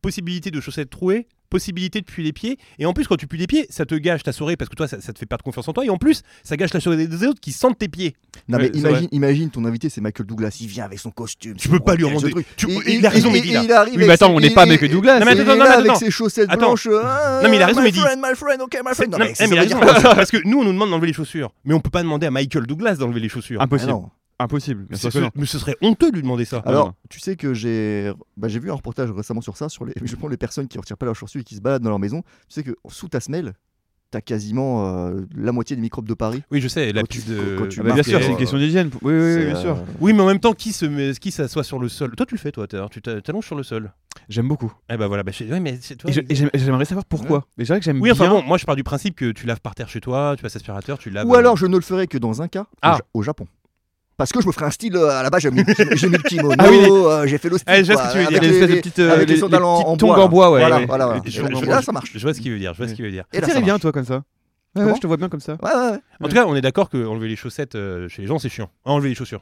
Speaker 1: possibilité de chaussettes trouées, possibilité de puer les pieds, et en plus quand tu pues les pieds, ça te gâche ta soirée parce que toi ça, ça te fait perdre confiance en toi, et en plus ça gâche la soirée des autres qui sentent tes pieds.
Speaker 3: Non
Speaker 4: Ouais,
Speaker 3: mais
Speaker 4: c'est
Speaker 3: imagine, imagine ton invité c'est Michael Douglas, il vient avec son costume.
Speaker 1: Tu peux pas lui
Speaker 3: en
Speaker 1: demander. Tu- il a raison, Mehdi, là.
Speaker 3: Il arrive
Speaker 4: Oui, mais
Speaker 3: avec
Speaker 4: attends,
Speaker 3: ses-
Speaker 4: on
Speaker 3: il-
Speaker 4: n'est pas
Speaker 3: il-
Speaker 4: avec Douglas.
Speaker 1: Non, mais
Speaker 3: il
Speaker 1: attends,
Speaker 3: est
Speaker 1: non,
Speaker 3: là
Speaker 1: mais
Speaker 3: avec
Speaker 1: attends.
Speaker 3: ses chaussettes
Speaker 1: Attends.
Speaker 3: blanches. euh,
Speaker 1: Non, mais il a
Speaker 3: ah,
Speaker 1: raison,
Speaker 3: my
Speaker 1: Mehdi.
Speaker 3: friend, my friend, ok, my friend.
Speaker 1: Non, mais,
Speaker 3: ça
Speaker 1: eh, mais il
Speaker 3: veut
Speaker 1: a
Speaker 3: dire-
Speaker 1: raison, parce que nous on nous demande d'enlever les chaussures, mais on peut pas demander à Michael Douglas d'enlever les chaussures.
Speaker 3: Ah
Speaker 4: Impossible.
Speaker 3: non.
Speaker 4: Impossible.
Speaker 1: mais,
Speaker 4: bien
Speaker 1: ce,
Speaker 4: sûr que non.
Speaker 1: mais ce serait honteux de lui demander ça.
Speaker 4: Ah, non,
Speaker 3: Alors,
Speaker 4: non.
Speaker 3: tu sais que j'ai bah, j'ai vu un reportage récemment sur ça, sur les, je prends les personnes qui ne retirent pas leurs chaussures et qui se baladent dans leur maison. Tu sais que sous ta semelle, tu as quasiment euh, la moitié des microbes de Paris.
Speaker 1: Oui, je sais, la
Speaker 3: Quand tu-
Speaker 1: piste de.
Speaker 3: quand tu
Speaker 4: Ah bah, bien
Speaker 3: marques,
Speaker 4: sûr, c'est
Speaker 3: euh,
Speaker 4: une question d'hygiène. Oui, oui, oui,
Speaker 3: C'est,
Speaker 4: bien sûr.
Speaker 3: euh,
Speaker 1: Oui, mais en même temps, qui se met- qui s'assoit sur le sol Toi, tu le fais, toi, t'as- tu t'a- t'allonges sur le sol.
Speaker 4: J'aime beaucoup.
Speaker 1: Eh ben voilà, bah, chez- ouais, mais chez toi.
Speaker 4: Et je-
Speaker 1: les-
Speaker 4: et j'aime- j'aimerais savoir pourquoi. Mais c'est vrai que j'aime
Speaker 1: Oui, enfin
Speaker 4: bien.
Speaker 1: bon, moi je pars du principe que tu laves par terre chez toi, tu passes aspirateur, tu
Speaker 4: Ah bah
Speaker 1: laves. euh,
Speaker 3: Ou alors, je ne le ferai que dans un cas, au
Speaker 1: Ah.
Speaker 3: Ja- au, Japon. Parce que je me ferai un style euh, à la base, j'ai mis, j'ai- j'ai mis le kimono,
Speaker 4: Ah oui, les-
Speaker 3: euh, j'ai fait le style.
Speaker 1: Eh, je vois
Speaker 3: quoi,
Speaker 1: ce que tu veux
Speaker 3: avec
Speaker 1: dire,
Speaker 3: les-
Speaker 4: espèces de
Speaker 3: les-
Speaker 4: petites, euh,
Speaker 3: avec les
Speaker 4: les-
Speaker 3: sondes
Speaker 4: les
Speaker 3: à l'en-
Speaker 4: petites
Speaker 3: en
Speaker 4: tongs
Speaker 3: bois,
Speaker 4: en bois, ouais,
Speaker 3: Voilà,
Speaker 4: ouais.
Speaker 3: voilà, voilà.
Speaker 1: Et je-
Speaker 3: Et
Speaker 1: je-
Speaker 3: Là, ça marche.
Speaker 1: Je vois ce qu'il veut dire, je vois ce qu'il veut dire.
Speaker 3: Et là,
Speaker 4: T'es
Speaker 3: ça
Speaker 4: bien,
Speaker 3: marche.
Speaker 4: hein, toi, comme ça. Ouais,
Speaker 3: Comment
Speaker 4: ouais, je te vois bien comme ça.
Speaker 3: Ouais, ouais, ouais.
Speaker 1: En tout cas, on est d'accord que enlever les chaussettes euh, chez les gens, c'est chiant. Ah, enlever les chaussures.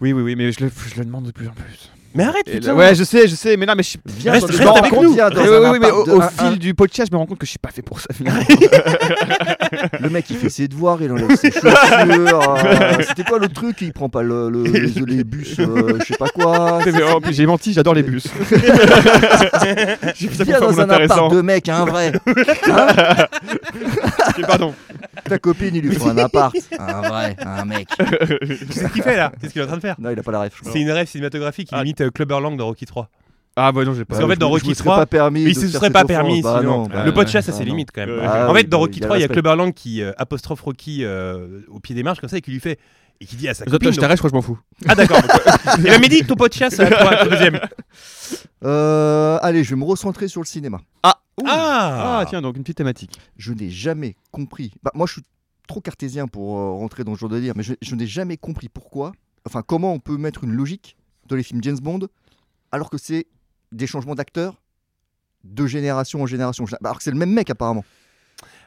Speaker 4: Oui, oui, oui, mais je le, je le demande de plus en plus.
Speaker 1: Mais arrête,
Speaker 4: Et
Speaker 1: putain
Speaker 4: là- ouais, je sais, je sais, mais non, mais je suis.
Speaker 3: Viens
Speaker 1: Reste-
Speaker 3: dans-
Speaker 1: reste
Speaker 3: dans-
Speaker 1: avec
Speaker 3: quand
Speaker 1: nous.
Speaker 3: viens dans
Speaker 4: Oui,
Speaker 3: un
Speaker 4: oui, oui, mais
Speaker 3: appart
Speaker 4: au,
Speaker 3: de
Speaker 4: au
Speaker 3: un-
Speaker 4: fil du podcast, je me rends compte que je suis pas fait pour ça. finalement.
Speaker 3: Le mec il fait ses devoirs, il enlève ses chaussures. euh, C'était quoi le truc Il prend pas le, le- les, les bus, euh, je sais pas quoi.
Speaker 4: Mais en plus, J'ai menti, j'adore les bus. J'ai fait ça pour
Speaker 3: Viens
Speaker 4: faire mon
Speaker 3: dans un appart
Speaker 4: intéressant.
Speaker 3: de mec, un vrai. Hein
Speaker 4: Et Pardon.
Speaker 3: Ta copine, il lui faut un appart. Un vrai, un mec.
Speaker 1: Tu sais ce qu'il fait là C'est ce qu'il est en train de faire.
Speaker 3: Non, il a pas la ref. je crois.
Speaker 1: C'est une rêve cinématographique qui
Speaker 4: Ah.
Speaker 1: imite euh, Clubberlang dans Rocky 3.
Speaker 4: Ah, bah non, j'ai
Speaker 1: Parce
Speaker 4: pas.
Speaker 1: qu'en fait, dans
Speaker 3: Je me- je me
Speaker 1: Rocky
Speaker 3: serais
Speaker 1: 3,
Speaker 3: pas permis
Speaker 1: mais il
Speaker 3: de
Speaker 1: se
Speaker 3: faire
Speaker 1: serait
Speaker 3: cette
Speaker 1: pas permis
Speaker 3: offense. Bah
Speaker 1: sinon.
Speaker 3: non, bah
Speaker 1: le
Speaker 3: non,
Speaker 1: podcast, ça
Speaker 3: bah
Speaker 1: c'est
Speaker 3: non.
Speaker 1: limite quand même.
Speaker 4: Euh,
Speaker 3: Ah
Speaker 1: en fait,
Speaker 3: oui,
Speaker 1: dans
Speaker 3: bah,
Speaker 1: Rocky
Speaker 3: il y a
Speaker 1: 3, il y a
Speaker 3: respect.
Speaker 1: Clubberlang qui euh, apostrophe Rocky euh, au pied des marches comme ça et qui lui fait. Et qui dit à sa
Speaker 4: Attends,
Speaker 1: copine.
Speaker 4: je
Speaker 1: donc-
Speaker 4: t'arrête, je crois que je m'en fous.
Speaker 1: Ah d'accord. donc- Et bah, Mehdi, ton podcast, c'est à toi, le deuxième.
Speaker 3: Euh, allez, je vais me recentrer sur le cinéma.
Speaker 4: Ah,
Speaker 1: Ah
Speaker 4: Ah, tiens, donc une petite thématique.
Speaker 3: Je n'ai jamais compris. Bah, moi, je suis trop cartésien pour euh, rentrer dans ce genre de délire, mais je, je n'ai jamais compris pourquoi. Enfin, comment on peut mettre une logique dans les films James Bond alors que c'est des changements d'acteurs de génération en génération. Je- bah, Alors que c'est le même mec apparemment.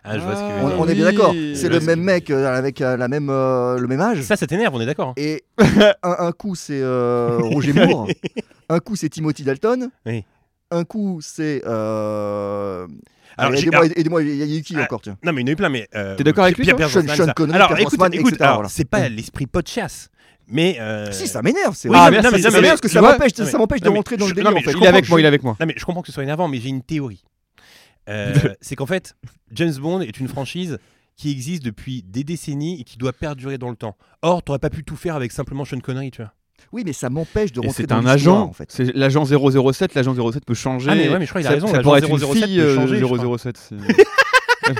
Speaker 1: Ah, je vois ce que tu veux
Speaker 3: On,
Speaker 1: dire.
Speaker 3: on est bien
Speaker 4: Oui.
Speaker 3: d'accord.
Speaker 4: Je
Speaker 3: C'est
Speaker 1: vois
Speaker 3: le
Speaker 1: ce
Speaker 3: même
Speaker 1: que-
Speaker 3: mec euh, avec euh, la même, euh, le même âge.
Speaker 1: Ça, ça t'énerve, on est d'accord. hein.
Speaker 3: Et un, un coup c'est euh, Roger Moore, un coup c'est Timothy Dalton,
Speaker 1: Oui.
Speaker 3: un coup c'est. euh,
Speaker 1: Alors,
Speaker 3: allez,
Speaker 1: j'ai-
Speaker 3: Aidez-moi, aidez-moi, il y a eu qui
Speaker 1: Ah,
Speaker 3: encore tiens.
Speaker 1: Non, mais il y en a eu plein, mais. euh,
Speaker 4: T'es d'accord avec lui,
Speaker 1: Pierre
Speaker 3: toi
Speaker 1: Bergeron,
Speaker 3: Sean-
Speaker 1: ça.
Speaker 3: Sean Connery,
Speaker 1: Alors,
Speaker 3: Pierre
Speaker 1: écoute,
Speaker 3: Brosnan,
Speaker 1: écoute,
Speaker 3: etc.,
Speaker 1: alors,
Speaker 3: voilà.
Speaker 1: c'est pas
Speaker 3: Mm.
Speaker 1: l'esprit podcast, mais. euh,
Speaker 3: Si ça m'énerve, c'est.
Speaker 1: Oui,
Speaker 3: Ah,
Speaker 1: mais-
Speaker 3: merci,
Speaker 1: non, mais-
Speaker 3: ça
Speaker 1: non, mais-
Speaker 3: m'énerve parce que
Speaker 4: tu
Speaker 3: ça
Speaker 4: vois,
Speaker 3: m'empêche de,
Speaker 1: non,
Speaker 3: ça m'empêche de
Speaker 1: mais-
Speaker 3: rentrer dans
Speaker 1: je-
Speaker 3: le
Speaker 1: non,
Speaker 3: délire.
Speaker 1: mais
Speaker 3: en
Speaker 1: je
Speaker 3: fait.
Speaker 4: Il est avec
Speaker 1: comprends
Speaker 4: moi,
Speaker 1: que
Speaker 4: il est avec moi.
Speaker 1: Non, mais je comprends que ce soit énervant, mais j'ai une théorie. Euh, c'est qu'en fait, James Bond est une franchise qui existe depuis des décennies et qui doit perdurer dans le temps. Or, t'aurais pas pu tout faire avec simplement Sean Connery, tu vois.
Speaker 3: Oui, mais ça m'empêche de
Speaker 4: Et
Speaker 3: rentrer
Speaker 4: c'est
Speaker 3: dans
Speaker 4: un
Speaker 3: l'histoire,
Speaker 4: agent.
Speaker 3: en fait.
Speaker 4: C'est l'agent 007. L'agent 007 peut changer.
Speaker 1: Ah, mais ouais, mais je crois qu'il a
Speaker 4: ça,
Speaker 1: raison.
Speaker 4: ça
Speaker 1: l'agent
Speaker 4: pourrait être une
Speaker 1: 007
Speaker 4: fille
Speaker 1: peut
Speaker 4: euh,
Speaker 1: changer, je crois.
Speaker 4: 007. c'est-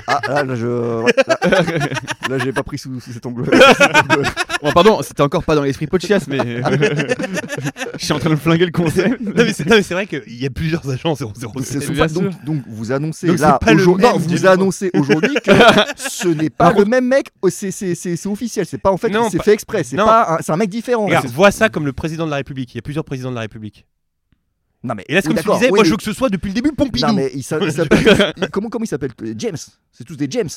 Speaker 3: Ah, là, là, je. ouais, Là, là, j'ai pas pris sous, sous cet angle. cet angle.
Speaker 4: Bon, Oh, pardon, c'était encore pas dans l'esprit podcast, mais je suis en train de flinguer le concept.
Speaker 1: Non, mais c'est non, mais c'est vrai qu'il y a plusieurs agents 007.
Speaker 3: C'est son
Speaker 4: bien
Speaker 3: fa- donc, donc vous annoncez
Speaker 1: Donc,
Speaker 3: là
Speaker 1: c'est pas le
Speaker 3: aujourd'hui,
Speaker 1: même
Speaker 3: non, vous
Speaker 1: James
Speaker 3: annoncez aujourd'hui que ce n'est pas
Speaker 4: Par
Speaker 3: le même mec. oh, c'est- C'est c'est- c'est officiel. C'est pas en fait.
Speaker 1: Non,
Speaker 3: C'est
Speaker 1: pas-
Speaker 3: fait exprès. C'est
Speaker 1: non.
Speaker 3: pas. un- C'est un mec différent.
Speaker 1: Regarde,
Speaker 3: C'est-
Speaker 1: vois ça comme le président de la République. Il y a plusieurs présidents de la République.
Speaker 3: Non mais.
Speaker 1: Et là, c'est
Speaker 3: oui,
Speaker 1: comme tu
Speaker 3: d'accord,
Speaker 1: disais,
Speaker 3: oui,
Speaker 1: moi, je
Speaker 3: mais-
Speaker 1: veux que ce soit depuis le début Pompidou.
Speaker 3: Non mais il s'a- il s'appelle. il- comment comment il s'appelle Euh, James. C'est tous des James.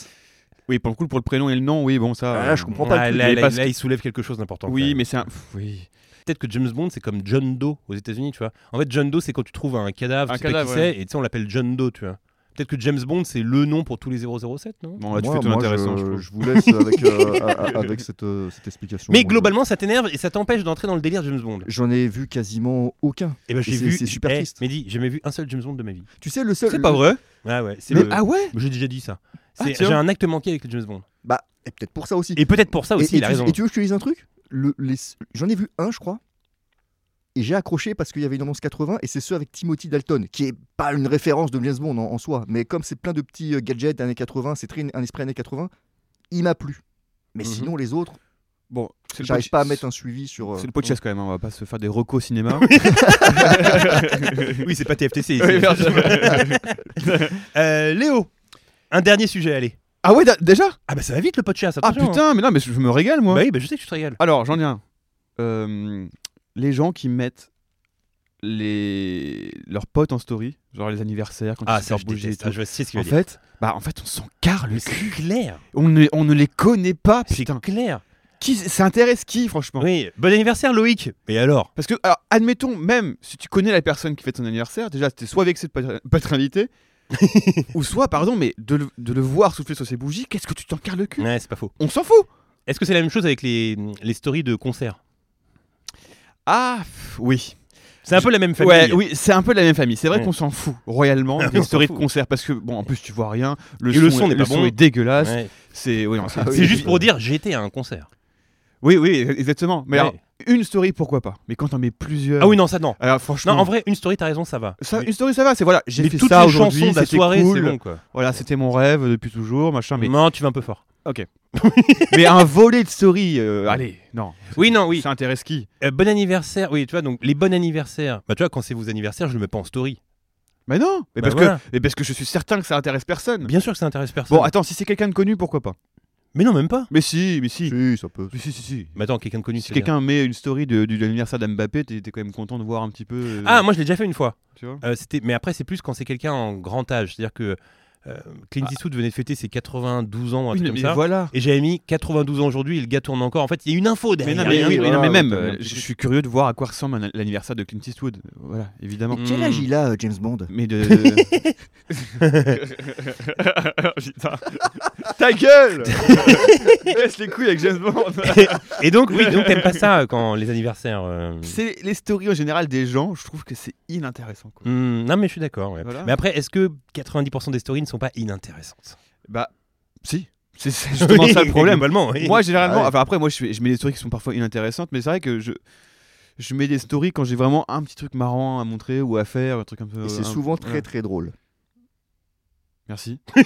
Speaker 4: Oui, pour le coup, pour le prénom et le nom, oui, bon, ça.
Speaker 3: Ah, là, je
Speaker 4: euh,
Speaker 3: comprends pas.
Speaker 1: Ouais,
Speaker 3: le truc.
Speaker 1: là,
Speaker 4: mais
Speaker 1: là,
Speaker 4: parce
Speaker 1: là, il soulève quelque chose d'important. quand
Speaker 4: Oui,
Speaker 1: même.
Speaker 4: mais c'est un. pff, Oui.
Speaker 1: peut-être que James Bond c'est comme John Doe aux États-Unis, tu vois. En fait, John Doe c'est quand tu trouves un cadavre,
Speaker 4: Un
Speaker 1: tu sais pas
Speaker 4: cadavre,
Speaker 1: qui
Speaker 4: ouais.
Speaker 1: c'est, et tu sais on l'appelle John Doe, tu vois. Peut-être que James Bond, c'est le nom pour tous les 007, non
Speaker 4: Bon, là, tu
Speaker 3: Moi-
Speaker 4: fais ton
Speaker 3: moi,
Speaker 4: intéressant, je
Speaker 3: je,
Speaker 4: trouve.
Speaker 3: je vous laisse avec, euh, a- a- avec cette, euh, cette explication.
Speaker 1: Mais
Speaker 3: Moi,
Speaker 1: globalement, ça t'énerve et ça t'empêche d'entrer dans le délire James Bond.
Speaker 3: je- J'en ai vu quasiment aucun.
Speaker 1: Et ben
Speaker 3: Et
Speaker 1: j'ai
Speaker 3: c'est-
Speaker 1: vu.
Speaker 3: c'est super
Speaker 1: eh,
Speaker 3: triste.
Speaker 1: Mehdi, j'ai jamais vu un seul James Bond de ma vie.
Speaker 3: Tu sais, le seul.
Speaker 1: C'est pas
Speaker 3: le-
Speaker 1: vrai Ah ouais. c'est
Speaker 3: Mais-
Speaker 1: le-
Speaker 4: Ah ouais
Speaker 1: J'ai déjà dit ça.
Speaker 4: Ah,
Speaker 1: C'est-
Speaker 4: tiens.
Speaker 1: j'ai un acte manqué avec le James Bond.
Speaker 3: Bah, et peut-être pour ça aussi.
Speaker 1: Et peut-être pour ça
Speaker 3: Et-
Speaker 1: aussi,
Speaker 3: et
Speaker 1: il a
Speaker 3: tu,
Speaker 1: raison.
Speaker 3: et tu veux que je te dise un truc Le- les- J'en ai vu un, je crois. Et j'ai accroché parce qu'il y avait une annonce 80 et c'est ceux avec Timothy Dalton, qui est pas une référence de James Bond en, en soi, mais comme c'est plein de petits euh, gadgets années 80, c'est très un esprit années 80, il m'a plu. Mais
Speaker 1: Mhm.
Speaker 3: sinon, les autres,
Speaker 4: Bon, c'est le
Speaker 3: j'arrive
Speaker 4: podcast-
Speaker 3: pas à mettre un suivi sur. euh,
Speaker 4: C'est le podcast quand même, hein, on va pas se faire des recos cinéma.
Speaker 1: Oui, c'est pas TFTC. ici.
Speaker 4: Oui, merde.
Speaker 1: Euh, Léo, un dernier sujet, allez.
Speaker 4: ah ouais, da- déjà
Speaker 1: Ah bah ça va vite le podcast.
Speaker 4: Ah
Speaker 1: attention, hein.
Speaker 4: putain, mais non, mais je je me régale moi.
Speaker 1: Bah oui, bah je sais que tu te régales.
Speaker 4: Alors, j'en ai un. Euh, les gens qui mettent les... leurs potes en story, genre les anniversaires, quand ils se font bouger et tout.
Speaker 1: Ah, je sais ce
Speaker 4: En fait, bah en fait, on s'en carre le
Speaker 1: Mais c'est
Speaker 4: cul.
Speaker 1: clair.
Speaker 4: On ne, on ne les connaît pas,
Speaker 1: C'est
Speaker 4: putain.
Speaker 1: clair.
Speaker 4: Qui, ça intéresse qui, franchement
Speaker 1: Oui, bon anniversaire Loïc. Et alors
Speaker 4: Parce que, alors, admettons, même si tu connais la personne qui fait ton anniversaire, déjà, t'es soit vexé de patr- paternité, ou soit, pardon, mais de le, de le voir souffler sur ses bougies, qu'est-ce que tu t'en carres le cul
Speaker 1: Ouais, c'est pas faux.
Speaker 4: On s'en fout
Speaker 1: Est-ce que c'est la même chose avec les, les stories de concerts
Speaker 4: Ah, pff, oui.
Speaker 1: C'est un
Speaker 4: Je-
Speaker 1: peu la même famille.
Speaker 4: Ouais, oui, c'est un peu la même famille. C'est vrai
Speaker 1: Ouais.
Speaker 4: qu'on s'en fout royalement
Speaker 1: Ah, on
Speaker 4: des
Speaker 1: s'en
Speaker 4: stories de
Speaker 1: fout.
Speaker 4: concert parce que bon, en plus tu vois rien. Le
Speaker 1: Et
Speaker 4: son,
Speaker 1: le son
Speaker 4: est,
Speaker 1: n'est pas bon.
Speaker 4: est dégueulasse.
Speaker 1: Ouais.
Speaker 4: C'est oui, non, c'est-
Speaker 3: Ah oui,
Speaker 1: C'est juste pour dire j'étais à un concert.
Speaker 4: Oui, oui, exactement. Mais
Speaker 1: Ouais.
Speaker 4: alors, une story, pourquoi pas Mais quand t'en mets plusieurs.
Speaker 1: Ah oui, non, ça non.
Speaker 4: Alors franchement,
Speaker 1: Non, en vrai, une story, t'as raison, Hmm. ça va.
Speaker 4: ça,
Speaker 1: mais,
Speaker 4: une story, ça va. C'est voilà, j'ai
Speaker 1: mais
Speaker 4: fait
Speaker 1: toutes
Speaker 4: ça
Speaker 1: les chansons
Speaker 4: aujourd'hui.
Speaker 1: de la
Speaker 4: C'était
Speaker 1: soirée,
Speaker 4: cool.
Speaker 1: c'est bon quoi.
Speaker 4: Voilà, c'était mon rêve depuis toujours, machin. Mais,
Speaker 1: Non, tu vas un peu fort.
Speaker 4: mais un volet de story. euh, allez, non.
Speaker 1: Oui, non, Ah oui.
Speaker 4: Ça intéresse qui
Speaker 1: Euh, bon anniversaire. Oui, tu vois, donc les bons anniversaires. Bah, tu vois, quand c'est vos anniversaires, je le mets pas en story.
Speaker 4: Mais non. Mais
Speaker 1: Bah
Speaker 4: parce
Speaker 1: voilà.
Speaker 4: que, mais parce que je suis certain que ça intéresse personne.
Speaker 1: Bien sûr que ça intéresse personne.
Speaker 4: Bon, attends, si c'est quelqu'un de connu, pourquoi pas
Speaker 1: mais non, même pas.
Speaker 4: Mais si, mais si.
Speaker 3: si, ça peut.
Speaker 4: Mais si, si, si.
Speaker 1: Mais attends, quelqu'un de connu,
Speaker 4: Si
Speaker 1: c'est-à-dire-
Speaker 4: quelqu'un met une story de, du- de l'anniversaire d'Mbappé, t'es t'es quand même content de voir un petit peu. euh,
Speaker 1: Ah, moi, je l'ai déjà fait une fois.
Speaker 4: tu vois
Speaker 1: Euh, c'était- mais après, c'est plus quand c'est quelqu'un en grand âge. C'est-à-dire que euh, Clint Eastwood venait de fêter ses 92 ans, un
Speaker 4: Ah. Oui,
Speaker 1: truc
Speaker 4: mais
Speaker 1: comme ça.
Speaker 4: voilà.
Speaker 1: Et j'avais mis 92 ans aujourd'hui, et le gars tourne encore. En fait, il y a une info
Speaker 4: Mais
Speaker 1: derrière.
Speaker 4: non, mais,
Speaker 3: rien,
Speaker 4: oui,
Speaker 3: voilà,
Speaker 4: mais non, mais
Speaker 3: ouais,
Speaker 4: même,
Speaker 3: t'as
Speaker 4: euh,
Speaker 3: un
Speaker 4: je
Speaker 3: petit
Speaker 4: je suis curieux de voir à quoi ressemble un- l'anniversaire de Clint Eastwood. Voilà, évidemment.
Speaker 3: Mais quel âge il a, euh, James Bond
Speaker 4: Mais de. Ta gueule Laisse les couilles avec James Bond
Speaker 1: Et donc, oui, donc t'aimes pas ça euh, quand les anniversaires. euh,
Speaker 4: C'est les stories en général des gens, je trouve que c'est inintéressant. Quoi.
Speaker 1: Hmm, non, mais je suis d'accord. ouais.
Speaker 4: Voilà.
Speaker 1: Mais après, est-ce que 90% des stories ne sont pas inintéressantes
Speaker 4: Bah, si. C'est c'est justement ça le problème.
Speaker 1: Globalement, oui.
Speaker 4: Moi, généralement,
Speaker 3: Ah ouais.
Speaker 4: enfin après, moi, je, fais- je mets des stories qui sont parfois inintéressantes, mais c'est vrai que je, je mets des stories quand j'ai vraiment un petit truc marrant à montrer ou à faire, un truc comme ça.
Speaker 3: Et
Speaker 4: un-
Speaker 3: c'est souvent très
Speaker 4: voilà.
Speaker 3: très drôle.
Speaker 4: Merci. non,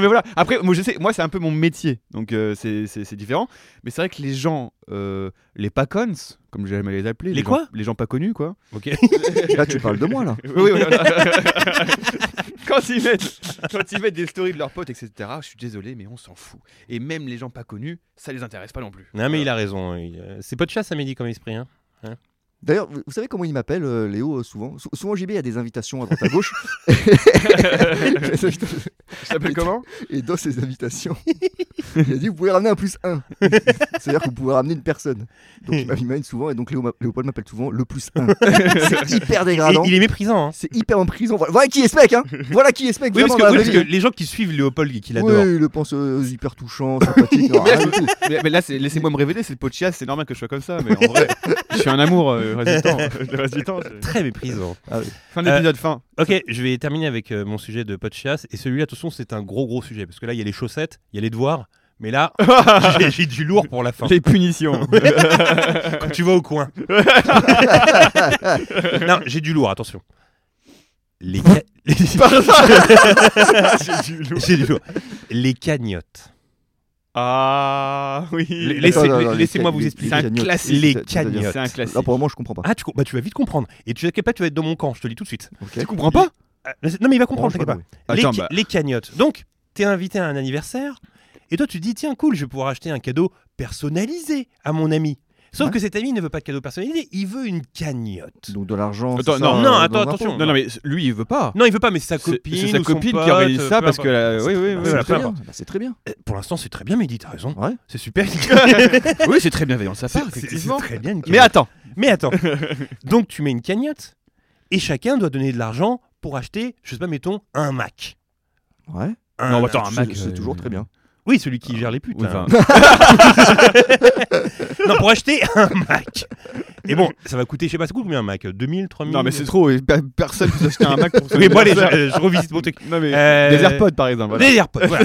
Speaker 4: mais voilà. Après, moi, je sais, moi, c'est un peu mon métier, donc euh, c'est- c'est c'est différent. Mais c'est vrai que les gens, euh, les pacons, comme j'aime à les appeler,
Speaker 1: Les
Speaker 4: gens-
Speaker 1: quoi
Speaker 4: Les gens pas connus, quoi.
Speaker 1: Ok.
Speaker 3: Là, tu parles de moi, là.
Speaker 4: Oui, oui, voilà. quand, ils mettent, quand ils mettent des stories de leurs potes, etc., je suis désolé, mais on s'en fout. Et même les gens pas connus, ça les intéresse pas non plus.
Speaker 1: Non, mais il a raison. il, euh, C'est pas de chasse à midi comme esprit. Hein.
Speaker 3: D'ailleurs, vous vous savez comment il m'appelle, euh, Léo, euh, souvent Sou- Souvent, JB, il y a des invitations à droite à gauche.
Speaker 4: Il s'appelle comment
Speaker 3: Et dans ces invitations, il a dit Vous pouvez ramener un plus un. C'est-à-dire que vous pouvez ramener une personne. Donc il m'a- il m'amène souvent, et donc Léo m'a- Léopold m'appelle souvent le plus un. C'est hyper
Speaker 1: Et
Speaker 3: dégradant.
Speaker 1: il est méprisant. hein.
Speaker 3: Ah C'est hyper en prison. Voilà, voilà qui est ce mec, hein Voilà qui est ce mec,
Speaker 1: Oui, parce
Speaker 3: vraiment,
Speaker 1: que,
Speaker 3: dans la
Speaker 1: oui,
Speaker 3: vraie
Speaker 1: parce
Speaker 3: vie.
Speaker 1: que les gens qui suivent Léopold et qui l'adorent.
Speaker 3: Oui, il le pense euh, hyper touchant, sympathique. non, rien du tout.
Speaker 4: mais, mais là, c'est- laissez-moi me révéler, c'est le pot de chiasse, c'est normal que je sois comme ça, mais en vrai, je suis un amour euh, le reste du temps. Le reste du temps, c'est-
Speaker 1: Très méprisant.
Speaker 4: Fin de l'épisode, fin.
Speaker 1: Ok, je vais terminer avec euh, mon sujet de podcast. Et celui-là, attention, c'est un gros, gros sujet. Parce que là, il y a les chaussettes, il y a les devoirs. Mais là, j'ai- j'ai du lourd pour la fin.
Speaker 4: Les punitions.
Speaker 1: Quand tu vas au coin. non, j'ai du lourd, attention. Les, ca- les- J'ai du lourd. Les cagnottes.
Speaker 4: ah oui.
Speaker 1: Les- laissez-
Speaker 3: Attends, attends,
Speaker 1: laissez-moi
Speaker 3: les-
Speaker 1: vous
Speaker 3: les-
Speaker 1: expliquer.
Speaker 3: les
Speaker 4: C'est un
Speaker 3: cagnottes,
Speaker 4: classique.
Speaker 3: c'est- c'est-
Speaker 1: Les
Speaker 3: c'est-à-dire-
Speaker 4: C'est un classique.
Speaker 3: Là, pour le moment, je comprends pas.
Speaker 1: Ah, tu, com- bah, tu vas vite comprendre. Et tu t'inquiète pas, tu vas être dans mon camp, je te le dis tout de suite.
Speaker 3: Ok.
Speaker 4: Tu comprends pas
Speaker 1: Euh, non, mais il va comprendre,
Speaker 3: Branche-toi,
Speaker 1: t'inquiète pas.
Speaker 3: Louis.
Speaker 1: les,
Speaker 4: Attends,
Speaker 1: ca-
Speaker 4: bah.
Speaker 1: les cagnottes. Donc, t'es invité à un anniversaire, et toi tu te dis, tiens, cool, je vais pouvoir acheter un cadeau personnalisé à mon ami. Sauf
Speaker 3: Ouais.
Speaker 1: que cet ami ne veut pas de cadeau personnalisé, il veut une cagnotte.
Speaker 3: Donc de l'argent.
Speaker 4: Attends,
Speaker 3: c'est ça,
Speaker 4: non,
Speaker 1: non,
Speaker 3: euh,
Speaker 1: attends,
Speaker 3: dans un
Speaker 1: attention.
Speaker 3: pot.
Speaker 4: Non, non, mais lui, il veut pas.
Speaker 1: Non, il veut pas, mais c'est sa
Speaker 4: C'est-
Speaker 1: copine.
Speaker 4: C'est sa
Speaker 1: ou son
Speaker 4: copine qui
Speaker 1: pote,
Speaker 4: organise
Speaker 1: euh,
Speaker 4: ça
Speaker 1: peu
Speaker 4: parce que.
Speaker 1: importe.
Speaker 4: la- Oui, oui,
Speaker 3: Bah,
Speaker 4: oui.
Speaker 3: c'est
Speaker 1: voilà,
Speaker 3: très
Speaker 1: peu
Speaker 3: bien,
Speaker 1: importe.
Speaker 3: bah, C'est très bien.
Speaker 1: Euh, Pour l'instant, c'est très bien, Mehdi, t'as raison.
Speaker 3: Ouais.
Speaker 1: C'est super. une
Speaker 4: Ah, Oui, c'est très bienveillant de sa part,
Speaker 1: cagnotte. C'est- c'est
Speaker 4: effectivement.
Speaker 1: très bien une
Speaker 4: Mais
Speaker 1: cagnotte.
Speaker 4: attends,
Speaker 1: Mais attends. Donc, tu mets une cagnotte, et chacun doit donner de l'argent pour acheter, je sais pas, mettons, un Mac.
Speaker 3: Ouais.
Speaker 1: Un-
Speaker 4: Non, bah, attends, un
Speaker 3: C'est-
Speaker 4: Mac,
Speaker 3: c'est
Speaker 4: euh,
Speaker 3: toujours très bien.
Speaker 1: Oui, celui qui gère les putes.
Speaker 4: Oui,
Speaker 1: hein.
Speaker 4: enfin,
Speaker 1: Non, pour acheter un Mac. Et bon, ça va coûter, je sais pas, ça coûte combien un Mac 2000, 3000
Speaker 4: non, mais c'est trop. et pe- Personne peut s'acheter un Mac pour ça.
Speaker 1: Oui, bon, allez, je, euh, je revisite mon truc.
Speaker 4: Non, mais
Speaker 1: Euh,
Speaker 4: Des AirPods, par exemple. voilà.
Speaker 1: Des AirPods, voilà.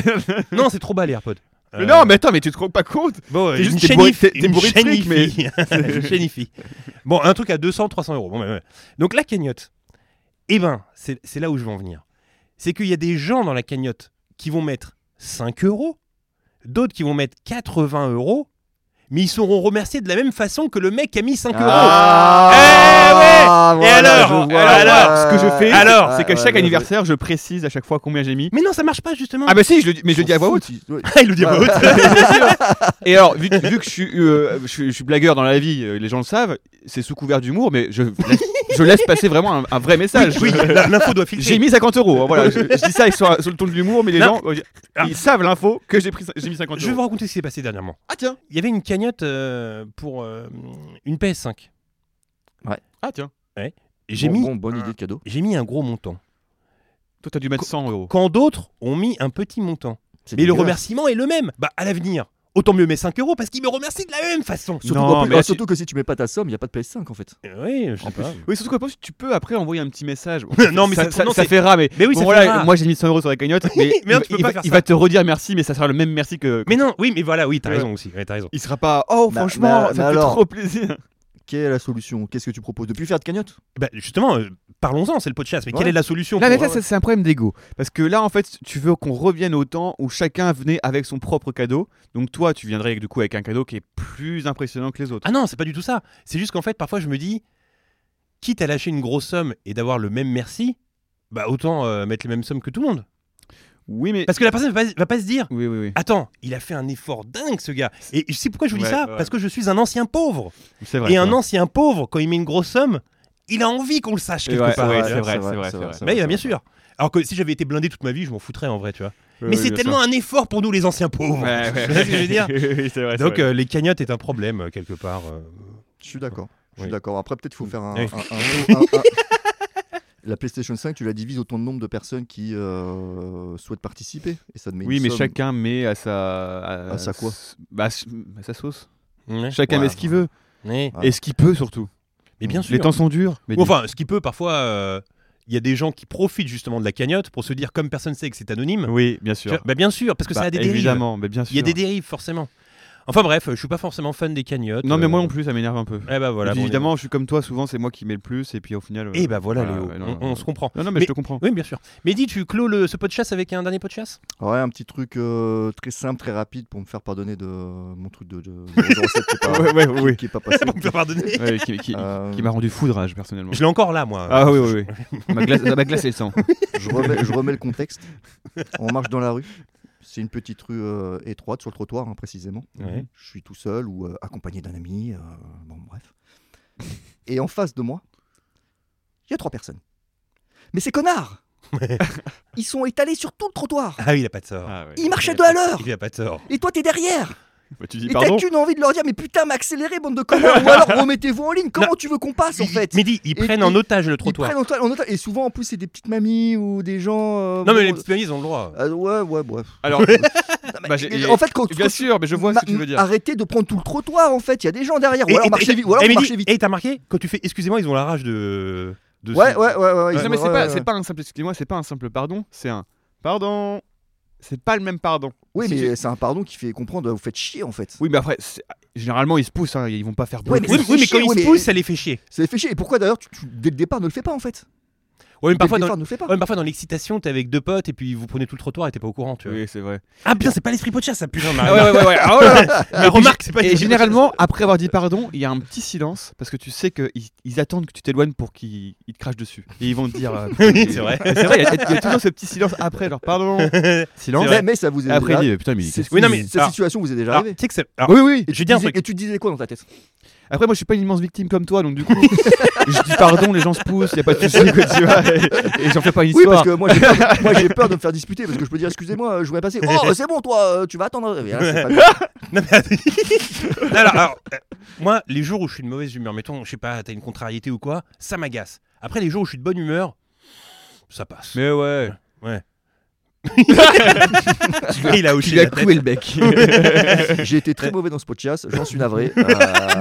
Speaker 1: Non, c'est trop bas les AirPods.
Speaker 4: Mais
Speaker 1: Euh,
Speaker 4: non, mais attends, mais tu te rends pas compte
Speaker 1: Bon,
Speaker 4: T'es
Speaker 1: une
Speaker 4: juste- t'es
Speaker 1: chaîne
Speaker 4: bourré-
Speaker 1: if-
Speaker 4: t'es- t'es
Speaker 1: une
Speaker 4: bourré de
Speaker 1: chaîne
Speaker 4: fric, mais-
Speaker 1: ifi. Une chaîne ifi. Bon, un truc à 200, 300 euros. Bon, ouais, ouais. Donc la cagnotte, eh ben, c'est c'est là où je veux en venir. C'est qu'il y a des gens dans la cagnotte qui vont mettre 5 euros, d'autres qui vont mettre 80 euros, mais ils seront remerciés de la même façon que le mec qui a mis 5 euros.
Speaker 3: Ah,
Speaker 1: Eh ouais Et alors
Speaker 3: je vois,
Speaker 1: Alors,
Speaker 3: ouais.
Speaker 4: ce que je fais,
Speaker 1: Alors,
Speaker 4: c'est qu'à
Speaker 3: Ouais,
Speaker 4: chaque
Speaker 3: ouais,
Speaker 4: anniversaire, je précise à chaque fois combien j'ai mis.
Speaker 1: Mais non, ça marche pas justement.
Speaker 4: Ah bah si, je le dis- mais je le dis à voix haute.
Speaker 3: Ouais.
Speaker 1: Ah, il le dit à voix haute.
Speaker 4: Et alors, vu, vu que je suis, euh, je, suis- je suis blagueur dans la vie, euh, les gens le savent, c'est sous couvert d'humour, mais je laisse, je laisse passer vraiment un, un vrai message.
Speaker 1: Oui, la- l'info doit filtrer.
Speaker 4: J'ai mis 50 euros, hein, voilà. Je, je dis ça sur, sur le ton de l'humour, mais les
Speaker 1: Non.
Speaker 4: gens, euh, ils savent l'info que j'ai pris, cin- j'ai mis 50
Speaker 1: Je vais vous
Speaker 4: euros.
Speaker 1: raconter ce qui s'est passé dernièrement.
Speaker 4: Ah tiens,
Speaker 1: Il y avait une cagnotte euh, pour euh, une PS5.
Speaker 4: ah tiens.
Speaker 1: Et J'ai
Speaker 3: Bon,
Speaker 1: mis,
Speaker 3: bon, bonne idée de cadeau.
Speaker 1: j'ai mis un gros montant.
Speaker 4: Toi, t'as dû mettre 100 euros.
Speaker 1: Quand d'autres ont mis un petit montant.
Speaker 3: C'est
Speaker 1: Mais le
Speaker 3: dégueulasse.
Speaker 1: remerciement est le même. Bah, à l'avenir, autant mieux mes 5 euros parce qu'il me remercie de la même façon.
Speaker 3: Surtout,
Speaker 4: Non,
Speaker 3: qu'en plus-
Speaker 4: mais
Speaker 3: ah,
Speaker 4: tu-
Speaker 3: surtout que si tu mets pas ta somme, il n'y a pas de PS5 en fait.
Speaker 1: Euh, oui, je sais pas.
Speaker 4: Oui, surtout qu'en plus, tu peux après envoyer un petit message.
Speaker 1: Non, mais
Speaker 4: ça,
Speaker 1: c'est-
Speaker 4: ça,
Speaker 1: non,
Speaker 4: Eh ça
Speaker 1: c'est-
Speaker 4: fait rare, mais.
Speaker 1: Mais oui,
Speaker 4: bon,
Speaker 1: ça
Speaker 4: voilà,
Speaker 1: fait rare.
Speaker 4: moi j'ai mis 100 euros sur la cagnotte, mais,
Speaker 1: Mais non, tu
Speaker 4: il,
Speaker 1: peux pas
Speaker 4: va,
Speaker 1: faire
Speaker 4: il
Speaker 1: ça.
Speaker 4: va te redire merci, mais ça sera le même merci que.
Speaker 1: Mais non, oui, mais voilà, oui, t'as
Speaker 4: Ouais.
Speaker 1: raison aussi. Ouais, t'as raison.
Speaker 4: Il sera pas. Oh,
Speaker 3: Bah,
Speaker 4: franchement,
Speaker 3: mais- mais
Speaker 4: ça me fait
Speaker 3: alors-
Speaker 4: trop plaisir.
Speaker 3: Quelle est la solution Qu'est-ce que tu proposes Depuis faire de cagnotte
Speaker 1: Bah, justement, euh, parlons-en, c'est le pot de chasse. Mais
Speaker 3: Ouais.
Speaker 1: quelle est la solution
Speaker 4: Là, mais
Speaker 1: pour- euh,
Speaker 4: là, ça, c'est un problème d'ego. Parce que là, en fait, tu veux qu'on revienne au temps où chacun venait avec son propre cadeau. Donc, toi, tu viendrais avec- du coup avec un cadeau qui est plus impressionnant que les autres.
Speaker 1: Ah non, c'est pas du tout ça. C'est juste qu'en fait, parfois, je me dis, quitte à lâcher une grosse somme et d'avoir le même merci, bah autant euh, mettre les mêmes sommes que tout le monde.
Speaker 4: Oui, mais.
Speaker 1: Parce que la personne va pas, va pas se dire.
Speaker 4: Oui, oui, oui.
Speaker 1: Attends, il a fait un effort dingue ce gars. Et je sais pourquoi je vous dis
Speaker 4: Ouais,
Speaker 1: ça
Speaker 4: ouais.
Speaker 1: Parce que je suis un ancien pauvre.
Speaker 4: C'est vrai.
Speaker 1: et un
Speaker 4: c'est vrai.
Speaker 1: ancien pauvre, quand il met une grosse somme, il a envie qu'on le sache quelque
Speaker 4: Ouais,
Speaker 1: part.
Speaker 4: ouais,
Speaker 1: tu vois.
Speaker 4: c'est vrai, c'est vrai, c'est vrai.
Speaker 1: Mais bien sûr. Alors que si j'avais été blindé toute ma vie, je m'en foutrais en vrai, tu vois. Mais
Speaker 4: Oui,
Speaker 1: c'est
Speaker 4: bien
Speaker 1: tellement
Speaker 4: sûr.
Speaker 1: un effort pour nous les anciens pauvres.
Speaker 4: Ouais, ouais.
Speaker 1: Tu vois ce que je veux dire
Speaker 4: Oui, c'est vrai. c'est
Speaker 1: Donc
Speaker 4: vrai.
Speaker 1: euh, les cagnottes est un problème euh, quelque part. euh.
Speaker 3: Je suis d'accord. Je suis
Speaker 1: Oui.
Speaker 3: d'accord. Après, peut-être il faut faire un.
Speaker 1: Oui.
Speaker 3: un- un- un- un- La PlayStation 5, tu la divises autant de nombre de personnes qui euh, souhaitent participer. Et ça te met
Speaker 4: Oui,
Speaker 3: une
Speaker 4: mais
Speaker 3: somme.
Speaker 4: chacun met à sa. À,
Speaker 3: À sa quoi
Speaker 4: bah, s- à sa sauce.
Speaker 1: Ouais.
Speaker 4: Chacun
Speaker 3: Ouais.
Speaker 4: met ce qu'il veut.
Speaker 1: Ouais.
Speaker 3: Ah.
Speaker 4: Et ce qu'il peut surtout.
Speaker 1: Mais bien sûr.
Speaker 4: Les temps sont durs. Mais
Speaker 1: Ou enfin, ce qui peut parfois, euh, il y a des gens qui profitent justement de la cagnotte pour se dire comme personne sait que c'est anonyme.
Speaker 4: Oui, bien
Speaker 1: tu
Speaker 4: sûr.
Speaker 1: vois, Bah bien sûr, parce que ça
Speaker 4: Bah,
Speaker 1: a des dérives.
Speaker 4: Évidemment, mais bien sûr.
Speaker 1: Il y a des dérives forcément. Enfin bref, euh, je suis pas forcément fan des cagnottes.
Speaker 4: Non, mais
Speaker 1: euh.
Speaker 4: moi non plus, ça m'énerve un peu.
Speaker 1: Eh bah voilà.
Speaker 4: Et
Speaker 1: bon, on est-
Speaker 4: évidemment, je suis comme toi, souvent c'est moi qui mets le plus, et puis au final. euh,
Speaker 1: Eh bah voilà,
Speaker 4: voilà,
Speaker 1: Léo.
Speaker 4: ouais, non,
Speaker 1: on-
Speaker 4: non,
Speaker 1: on
Speaker 4: non.
Speaker 1: se comprend.
Speaker 4: Non, non, mais,
Speaker 1: Mais-
Speaker 4: je te comprends.
Speaker 1: Oui, bien sûr. Mais dis, tu clôt le, ce pot de chasse avec un dernier pot de chasse
Speaker 3: Ouais, un petit truc euh, très simple, très rapide pour me faire pardonner de mon truc de, de, de recette qui est pas,
Speaker 4: Ouais, ouais, ouais,
Speaker 3: qui-
Speaker 4: ouais.
Speaker 3: qui est pas passé.
Speaker 1: Pour me faire pardonner
Speaker 4: Ouais, qui qui-
Speaker 3: Euh,
Speaker 4: qui m'a rendu foudrage personnellement.
Speaker 1: Je l'ai encore là, moi.
Speaker 4: Ah oui, oui, oui. Ma glace- Ça m'a glacé le sang.
Speaker 3: je, remets, je remets le contexte. On marche dans la rue. C'est une petite rue euh, étroite sur le trottoir, hein, précisément.
Speaker 1: Ouais.
Speaker 3: Je suis tout seul ou euh, accompagné d'un ami. euh, bon, bref. Et en face de moi, il y a trois personnes. Mais ces connards Ils sont étalés sur tout le trottoir.
Speaker 1: Ah oui, il a pas de sort.
Speaker 4: Ah, ouais.
Speaker 3: Ils marchent à deux à l'heure.
Speaker 1: Il a pas de sort.
Speaker 3: Et toi, t'es derrière.
Speaker 4: Bah, tu dis
Speaker 3: Et t'as
Speaker 4: pardon
Speaker 3: qu'une envie de leur dire Mais putain, mais accélérez, bande de connards. Ou alors remettez-vous en ligne. Comment tu veux qu'on passe en fait
Speaker 1: Mais dis, ils
Speaker 3: Et-
Speaker 1: prennent
Speaker 3: et-
Speaker 1: en otage le
Speaker 3: Ils
Speaker 1: trottoir.
Speaker 3: prennent en toi- en otage. Et souvent, en plus, c'est des petites mamies ou des gens. euh,
Speaker 1: Non, mais
Speaker 3: bon,
Speaker 1: les petites mamies, ils ont le droit.
Speaker 3: euh, ouais, ouais, bref.
Speaker 4: Alors,
Speaker 3: Non, mais-
Speaker 4: Bah, j'ai-
Speaker 3: mais en fait, quand
Speaker 4: bien
Speaker 3: quand-
Speaker 4: sûr, mais je vois ce que tu
Speaker 3: ma-
Speaker 4: veux dire.
Speaker 3: Arrêtez de prendre tout le trottoir en fait. Il y a des gens derrière. Ou
Speaker 1: Et-
Speaker 3: alors
Speaker 1: et-
Speaker 3: marchez
Speaker 1: et-
Speaker 3: vite. Ou alors
Speaker 1: eh, mais dis-
Speaker 3: marchez vite.
Speaker 1: eh, t'as marqué Quand tu fais excusez-moi, ils ont la rage de. de
Speaker 3: Ouais,
Speaker 1: se-
Speaker 3: ouais, ouais, ouais.
Speaker 4: Non, mais c'est
Speaker 3: ouais,
Speaker 4: pas,
Speaker 3: ouais.
Speaker 4: c'est pas un simple excuse-moi, c'est pas un simple pardon, c'est un pardon. C'est pas le même pardon.
Speaker 3: Oui,
Speaker 4: Si
Speaker 3: mais c'est un pardon qui fait comprendre. euh, Vous faites chier en fait.
Speaker 4: Oui, mais après, c'est- généralement ils se poussent, hein, ils vont pas faire
Speaker 3: Ouais,
Speaker 4: beaucoup.
Speaker 1: Oui,
Speaker 3: ça
Speaker 1: oui,
Speaker 3: fait
Speaker 1: mais quand
Speaker 3: chier,
Speaker 1: ils
Speaker 3: ouais,
Speaker 1: se
Speaker 3: mais-
Speaker 1: poussent, ça les fait chier.
Speaker 3: Ça les fait chier. Et pourquoi d'ailleurs, tu- tu- dès le départ, ne le fais pas en fait
Speaker 1: Ouais, mais
Speaker 3: Dès le
Speaker 1: parfois, dans...
Speaker 3: départ, ne le fais pas.
Speaker 1: ouais, mais parfois, dans l'excitation, t'es avec deux potes et puis vous prenez tout le trottoir et t'es pas au courant, tu vois.
Speaker 4: Oui, c'est vrai.
Speaker 1: Ah, bien, c'est pas l'esprit pot de chasse, ça putain.
Speaker 4: Ah ouais, ouais, ouais, ouais. Ah, oh là là.
Speaker 1: Mais remarque, c'est pas l'esprit pot
Speaker 4: Et
Speaker 1: de chasse.
Speaker 4: généralement, après avoir dit pardon, il y a un petit silence parce que tu sais qu'ils ils attendent que tu t'éloignes pour qu'ils ils te crachent dessus. Et ils vont te dire. euh,
Speaker 1: Oui, c'est vrai.
Speaker 4: Et C'est vrai, il y, a- il y a toujours ce petit silence après, genre pardon. Silence.
Speaker 1: C'est vrai.
Speaker 3: Mais, mais ça vous est
Speaker 4: Et après,
Speaker 3: déjà
Speaker 4: il dit, putain, mais il-
Speaker 3: C'est-
Speaker 1: Oui, non, mais-
Speaker 3: Cette
Speaker 1: alors-
Speaker 3: situation vous est déjà
Speaker 1: Alors,
Speaker 3: arrivée.
Speaker 1: tu sais que c'est. alors,
Speaker 4: Oui, oui.
Speaker 3: Et
Speaker 1: je
Speaker 3: tu
Speaker 1: vais dire un
Speaker 3: disais-
Speaker 1: truc.
Speaker 3: et tu disais quoi dans ta tête
Speaker 4: Après, moi, je suis pas une immense victime comme toi, donc du coup, je dis pardon, les gens se poussent, il y a pas de souci, quoi, tu vois. Et, et j'en fais pas une
Speaker 3: Oui, parce
Speaker 4: histoire.
Speaker 3: que moi j'ai peur, moi, j'ai peur de me faire disputer parce que je peux dire excusez-moi, euh, je voudrais Eh Ah, passer. Oh, c'est bon, toi, euh, tu vas attendre. Mais là, c'est pas-
Speaker 1: Non, mais- alors, alors, euh, moi, les jours où je suis de mauvaise humeur, mettons, je sais pas, t'as une contrariété ou quoi, ça m'agace. Après, les jours où je suis de bonne humeur, ça passe.
Speaker 4: Mais ouais.
Speaker 1: Ouais. il a hoché
Speaker 3: Il a
Speaker 1: la tête.
Speaker 3: cloué le bec. J'ai été très mauvais dans ce podcast, j'en suis navré. Euh,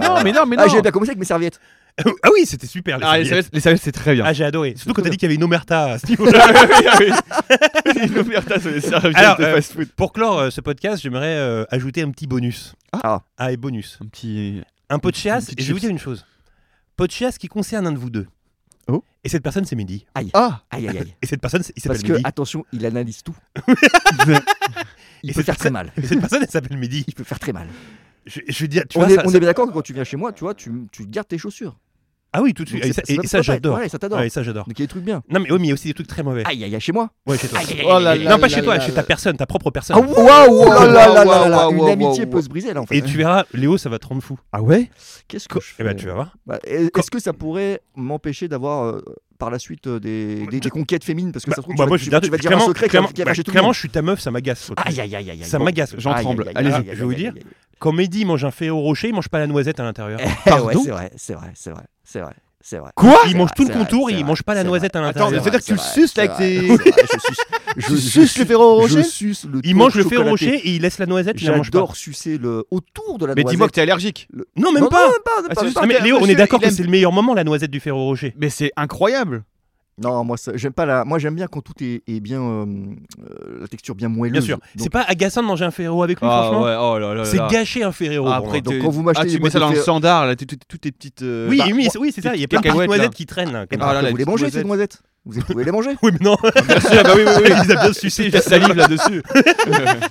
Speaker 4: Non, mais non, mais non.
Speaker 3: Ah, j'ai bien commencé avec mes serviettes.
Speaker 1: Ah oui, c'était super. Les
Speaker 4: Ah, les
Speaker 1: serviettes.
Speaker 4: serviettes, les serviettes, c'est très bien.
Speaker 1: Ah, j'ai adoré. Surtout quand t'as dit qu'il y avait une omerta à ce niveau-là.
Speaker 4: Une omerta sur les serviettes
Speaker 1: Alors,
Speaker 4: de
Speaker 1: euh,
Speaker 4: fast-food.
Speaker 1: Pour clore euh, ce podcast, j'aimerais euh, ajouter un petit bonus.
Speaker 3: Ah.
Speaker 1: Ah, et bonus.
Speaker 4: Un petit.
Speaker 1: Un pot de
Speaker 4: Une
Speaker 1: chiasse.
Speaker 4: petite
Speaker 1: Et je vais vous
Speaker 4: chips.
Speaker 1: dire une chose. Pot de chiasse qui concerne un de vous deux.
Speaker 4: Oh.
Speaker 1: Et cette personne, c'est Mehdi.
Speaker 3: Ah Aïe, aïe, aïe.
Speaker 1: Et cette personne, c'est- il
Speaker 3: Parce
Speaker 1: s'appelle
Speaker 3: que,
Speaker 1: Mehdi.
Speaker 3: attention, il analyse tout.
Speaker 1: Et
Speaker 3: Il peut
Speaker 1: c'est
Speaker 3: faire
Speaker 1: ça-
Speaker 3: très mal.
Speaker 1: Et cette personne, elle s'appelle Mehdi.
Speaker 3: Il peut faire très mal.
Speaker 1: Je, je veux dire, tu
Speaker 3: on
Speaker 1: vois,
Speaker 3: est,
Speaker 1: ça-
Speaker 3: on
Speaker 1: ça-
Speaker 3: est bien d'accord que quand tu viens chez moi, tu vois, tu, tu gardes tes chaussures.
Speaker 1: Ah oui, tout de suite.
Speaker 3: Donc,
Speaker 1: Et
Speaker 3: c'est-
Speaker 1: ça,
Speaker 3: c'est
Speaker 1: et
Speaker 3: pas-
Speaker 1: ça,
Speaker 3: c'est pas bête.
Speaker 1: j'adore.
Speaker 3: Ouais, ça t'adore.
Speaker 1: Ah, et ça, j'adore.
Speaker 3: Donc il y a des trucs bien.
Speaker 1: Non, mais oui, mais il y a aussi des trucs très mauvais.
Speaker 3: Aïe, aïe, aïe, chez moi.
Speaker 1: Ouais, chez toi.
Speaker 3: Aïe, aïe, aïe,
Speaker 4: Oh là
Speaker 3: aïe,
Speaker 4: là
Speaker 1: non,
Speaker 3: aïe,
Speaker 1: pas
Speaker 3: aïe,
Speaker 1: chez
Speaker 3: aïe,
Speaker 1: toi,
Speaker 3: aïe,
Speaker 1: chez
Speaker 3: aïe.
Speaker 1: ta personne, ta propre personne.
Speaker 3: Ah, waouh,
Speaker 4: Waouh,
Speaker 3: oh là là là
Speaker 4: waouh,
Speaker 3: là,
Speaker 4: waouh,
Speaker 3: Une
Speaker 4: waouh,
Speaker 3: amitié
Speaker 4: waouh.
Speaker 3: peut se briser là en fait.
Speaker 1: Et tu verras, Léo, ça va te rendre fou.
Speaker 4: Ah ouais
Speaker 3: Qu'est-ce que je
Speaker 1: Eh
Speaker 3: fais
Speaker 1: ben, tu vas voir.
Speaker 3: Bah, est- Est-ce que ça pourrait m'empêcher d'avoir euh, par la suite euh, des, des, des conquêtes féminines Parce que
Speaker 1: Bah,
Speaker 3: ça se trouve,
Speaker 1: bah,
Speaker 3: tu,
Speaker 1: moi,
Speaker 3: vas,
Speaker 1: je suis
Speaker 3: tu vas-
Speaker 1: d'accord,
Speaker 3: tu vas dire un
Speaker 1: clairement-
Speaker 3: secret
Speaker 1: clairement-
Speaker 3: qui va chez tout le
Speaker 1: Clairement,
Speaker 3: monde.
Speaker 1: je suis ta meuf, ça m'agace.
Speaker 3: Aïe, aïe, aïe, aïe.
Speaker 1: Ça
Speaker 3: bon.
Speaker 1: m'agace.
Speaker 4: J'en
Speaker 3: Aïe,
Speaker 4: tremble.
Speaker 3: aïe, aïe,
Speaker 4: Allez-y.
Speaker 3: aïe, aïe,
Speaker 1: Je vais vous
Speaker 3: aïe,
Speaker 1: dire.
Speaker 3: aïe, aïe,
Speaker 1: Quand Mehdi mange un fait au rocher, il mange pas la noisette à l'intérieur.
Speaker 3: aïe. Eh Ouais,
Speaker 4: Pardon
Speaker 3: c'est vrai, c'est vrai, c'est vrai, c'est vrai, c'est vrai.
Speaker 4: Quoi
Speaker 1: Il
Speaker 3: C'est
Speaker 1: mange
Speaker 3: vrai,
Speaker 1: tout le
Speaker 3: c'est vrai,
Speaker 1: contour et
Speaker 3: c'est
Speaker 1: il
Speaker 3: vrai,
Speaker 1: mange pas la
Speaker 3: c'est
Speaker 1: noisette à
Speaker 4: Attends,
Speaker 1: l'intérieur.
Speaker 4: mais c'est-à-dire que tu le
Speaker 3: C'est vrai,
Speaker 4: suces là
Speaker 3: c'est
Speaker 4: avec tes.
Speaker 3: vrai, c'est vrai, je suce- je-
Speaker 4: Tu
Speaker 3: je
Speaker 4: suces le ferro
Speaker 3: Je
Speaker 4: rocher
Speaker 3: suce le
Speaker 1: Il
Speaker 3: tour
Speaker 1: mange le fait au
Speaker 3: chocolaté.
Speaker 1: rocher et il laisse la noisette, il la mange pas.
Speaker 3: J'adore sucer le autour de la
Speaker 4: Mais
Speaker 3: noisette.
Speaker 4: dis-moi que t'es allergique.
Speaker 1: Non, même
Speaker 3: Non,
Speaker 1: pas.
Speaker 3: non, pas,
Speaker 4: Ah,
Speaker 3: pas-
Speaker 4: c'est juste
Speaker 3: pas-
Speaker 1: Non, mais
Speaker 4: Monsieur,
Speaker 1: Léo, on est d'accord
Speaker 4: il
Speaker 1: que
Speaker 4: aime-
Speaker 1: c'est le meilleur moment, la noisette du fer au rocher.
Speaker 4: Mais c'est incroyable.
Speaker 3: Non, moi, ça- j'aime pas la. Moi, j'aime bien quand tout est, est bien, euh, euh, la texture bien moelleuse.
Speaker 1: Bien sûr.
Speaker 3: Donc,
Speaker 1: C'est pas agaçant de manger un ferro avec lui, franchement.
Speaker 4: oh là là.
Speaker 1: C'est gâché un ferro. pour moi.
Speaker 4: Après,
Speaker 3: Donc,
Speaker 4: t'es-
Speaker 3: quand vous m'achetez
Speaker 4: ah,
Speaker 3: des
Speaker 4: tu mets
Speaker 3: boîtes
Speaker 4: ça
Speaker 3: de
Speaker 4: dans le
Speaker 3: fer-
Speaker 4: standard, là, toutes toutes tes petites. euh,
Speaker 1: Oui,
Speaker 4: bah,
Speaker 1: oui, mais- oui, c'est ça. Il y a plein de petites
Speaker 4: cacahuètes, là.
Speaker 1: noisettes qui traînent. là,
Speaker 3: eh
Speaker 1: comme
Speaker 3: ben,
Speaker 4: Ah
Speaker 1: ça.
Speaker 4: là là,
Speaker 3: vous
Speaker 4: les
Speaker 3: les mangez, ces
Speaker 4: petites
Speaker 3: noisettes Vous pouvez les manger
Speaker 1: Oui, mais non.
Speaker 4: Ah bah oui, oui, oui.
Speaker 1: Il a bien sucé.
Speaker 4: Petite salive là-dessus.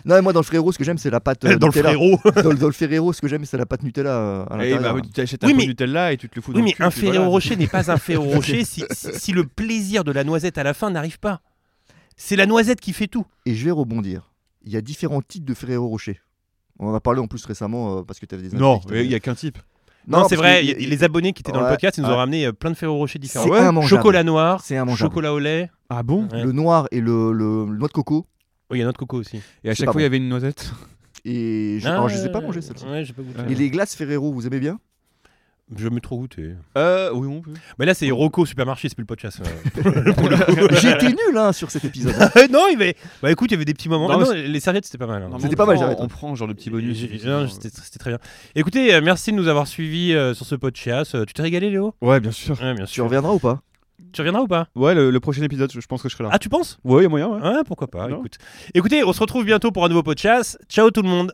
Speaker 3: Non, mais moi, dans le Ferrero, ce que j'aime, c'est la pâte. euh,
Speaker 1: Dans le
Speaker 3: Nutella.
Speaker 1: frérot.
Speaker 3: Dans le, dans le Ferrero, ce que j'aime, c'est la pâte Nutella euh, à
Speaker 4: Eh bah,
Speaker 3: l'intérieur.
Speaker 4: oui, tu t'achètes
Speaker 1: Oui,
Speaker 4: un pot
Speaker 1: mais-
Speaker 4: de Nutella et tu te le fous dans
Speaker 1: Oui,
Speaker 4: le
Speaker 1: mais
Speaker 4: cul,
Speaker 1: un
Speaker 4: puis voilà.
Speaker 1: ferré au rocher n'est pas un ferré au rocher si, si- si le plaisir de la noisette à la fin n'arrive pas. C'est la noisette qui fait tout.
Speaker 3: Et je vais rebondir. Il y a différents types de Ferrero Rocher. On en a parlé en plus récemment euh, parce que tu avais des
Speaker 4: Non,
Speaker 3: invités qui t'avaient-
Speaker 4: il y a qu'un type.
Speaker 1: Non, c'est
Speaker 3: parce
Speaker 1: vrai,
Speaker 3: que-
Speaker 1: y- les abonnés qui étaient dans
Speaker 3: Ouais,
Speaker 1: le podcast, ils nous
Speaker 3: ouais.
Speaker 1: ont ramené euh, plein de ferrero rocher différents.
Speaker 3: C'est immangeable.
Speaker 1: Chocolat noir,
Speaker 3: C'est immangeable.
Speaker 1: chocolat au lait.
Speaker 4: Ah bon
Speaker 1: Ouais.
Speaker 3: Le noir et le, le- le noix de coco.
Speaker 1: Oui, il y a notre coco aussi.
Speaker 4: Et à
Speaker 3: C'est
Speaker 4: chaque
Speaker 3: pas
Speaker 4: fois, il y avait une noisette.
Speaker 3: Et je,
Speaker 1: Ah,
Speaker 3: alors, je sais pas
Speaker 1: euh,
Speaker 3: manger celle-ci.
Speaker 1: Ouais, j'ai pas goûté.
Speaker 3: Et les glaces Ferrero, vous aimez bien
Speaker 1: Je me trop goûté.
Speaker 4: Euh, oui, on peut.
Speaker 1: Mais là, c'est Rocco Supermarché, c'est plus le podcast. euh.
Speaker 3: J'étais nul hein, sur cet épisode.
Speaker 1: non, il y avait- Bah écoute, il y avait des petits moments.
Speaker 4: Non,
Speaker 1: Ah
Speaker 4: mais
Speaker 1: non, les serviettes, c'était pas mal. hein.
Speaker 4: Non, mais
Speaker 3: C'était
Speaker 4: on
Speaker 3: pas mal,
Speaker 4: prend-
Speaker 3: j'arrête.
Speaker 4: On prend genre le petit bonus.
Speaker 1: J'ai- non, C'était c'était très bien. Écoutez, euh, merci de nous avoir suivis euh, sur ce podcast. Euh, Tu t'es régalé, Léo
Speaker 4: Ouais, bien sûr.
Speaker 1: Ouais, bien
Speaker 3: Tu
Speaker 1: sûr.
Speaker 3: reviendras ou pas
Speaker 1: Tu reviendras ou pas
Speaker 4: Ouais, le, le prochain épisode, je je pense que je serai là.
Speaker 1: Ah, tu penses
Speaker 4: ouais, il y a moyen, ouais.
Speaker 1: Ouais, pourquoi pas,
Speaker 4: Non.
Speaker 1: écoute. Écoutez, on se retrouve bientôt pour un nouveau podcast. Ciao tout le monde.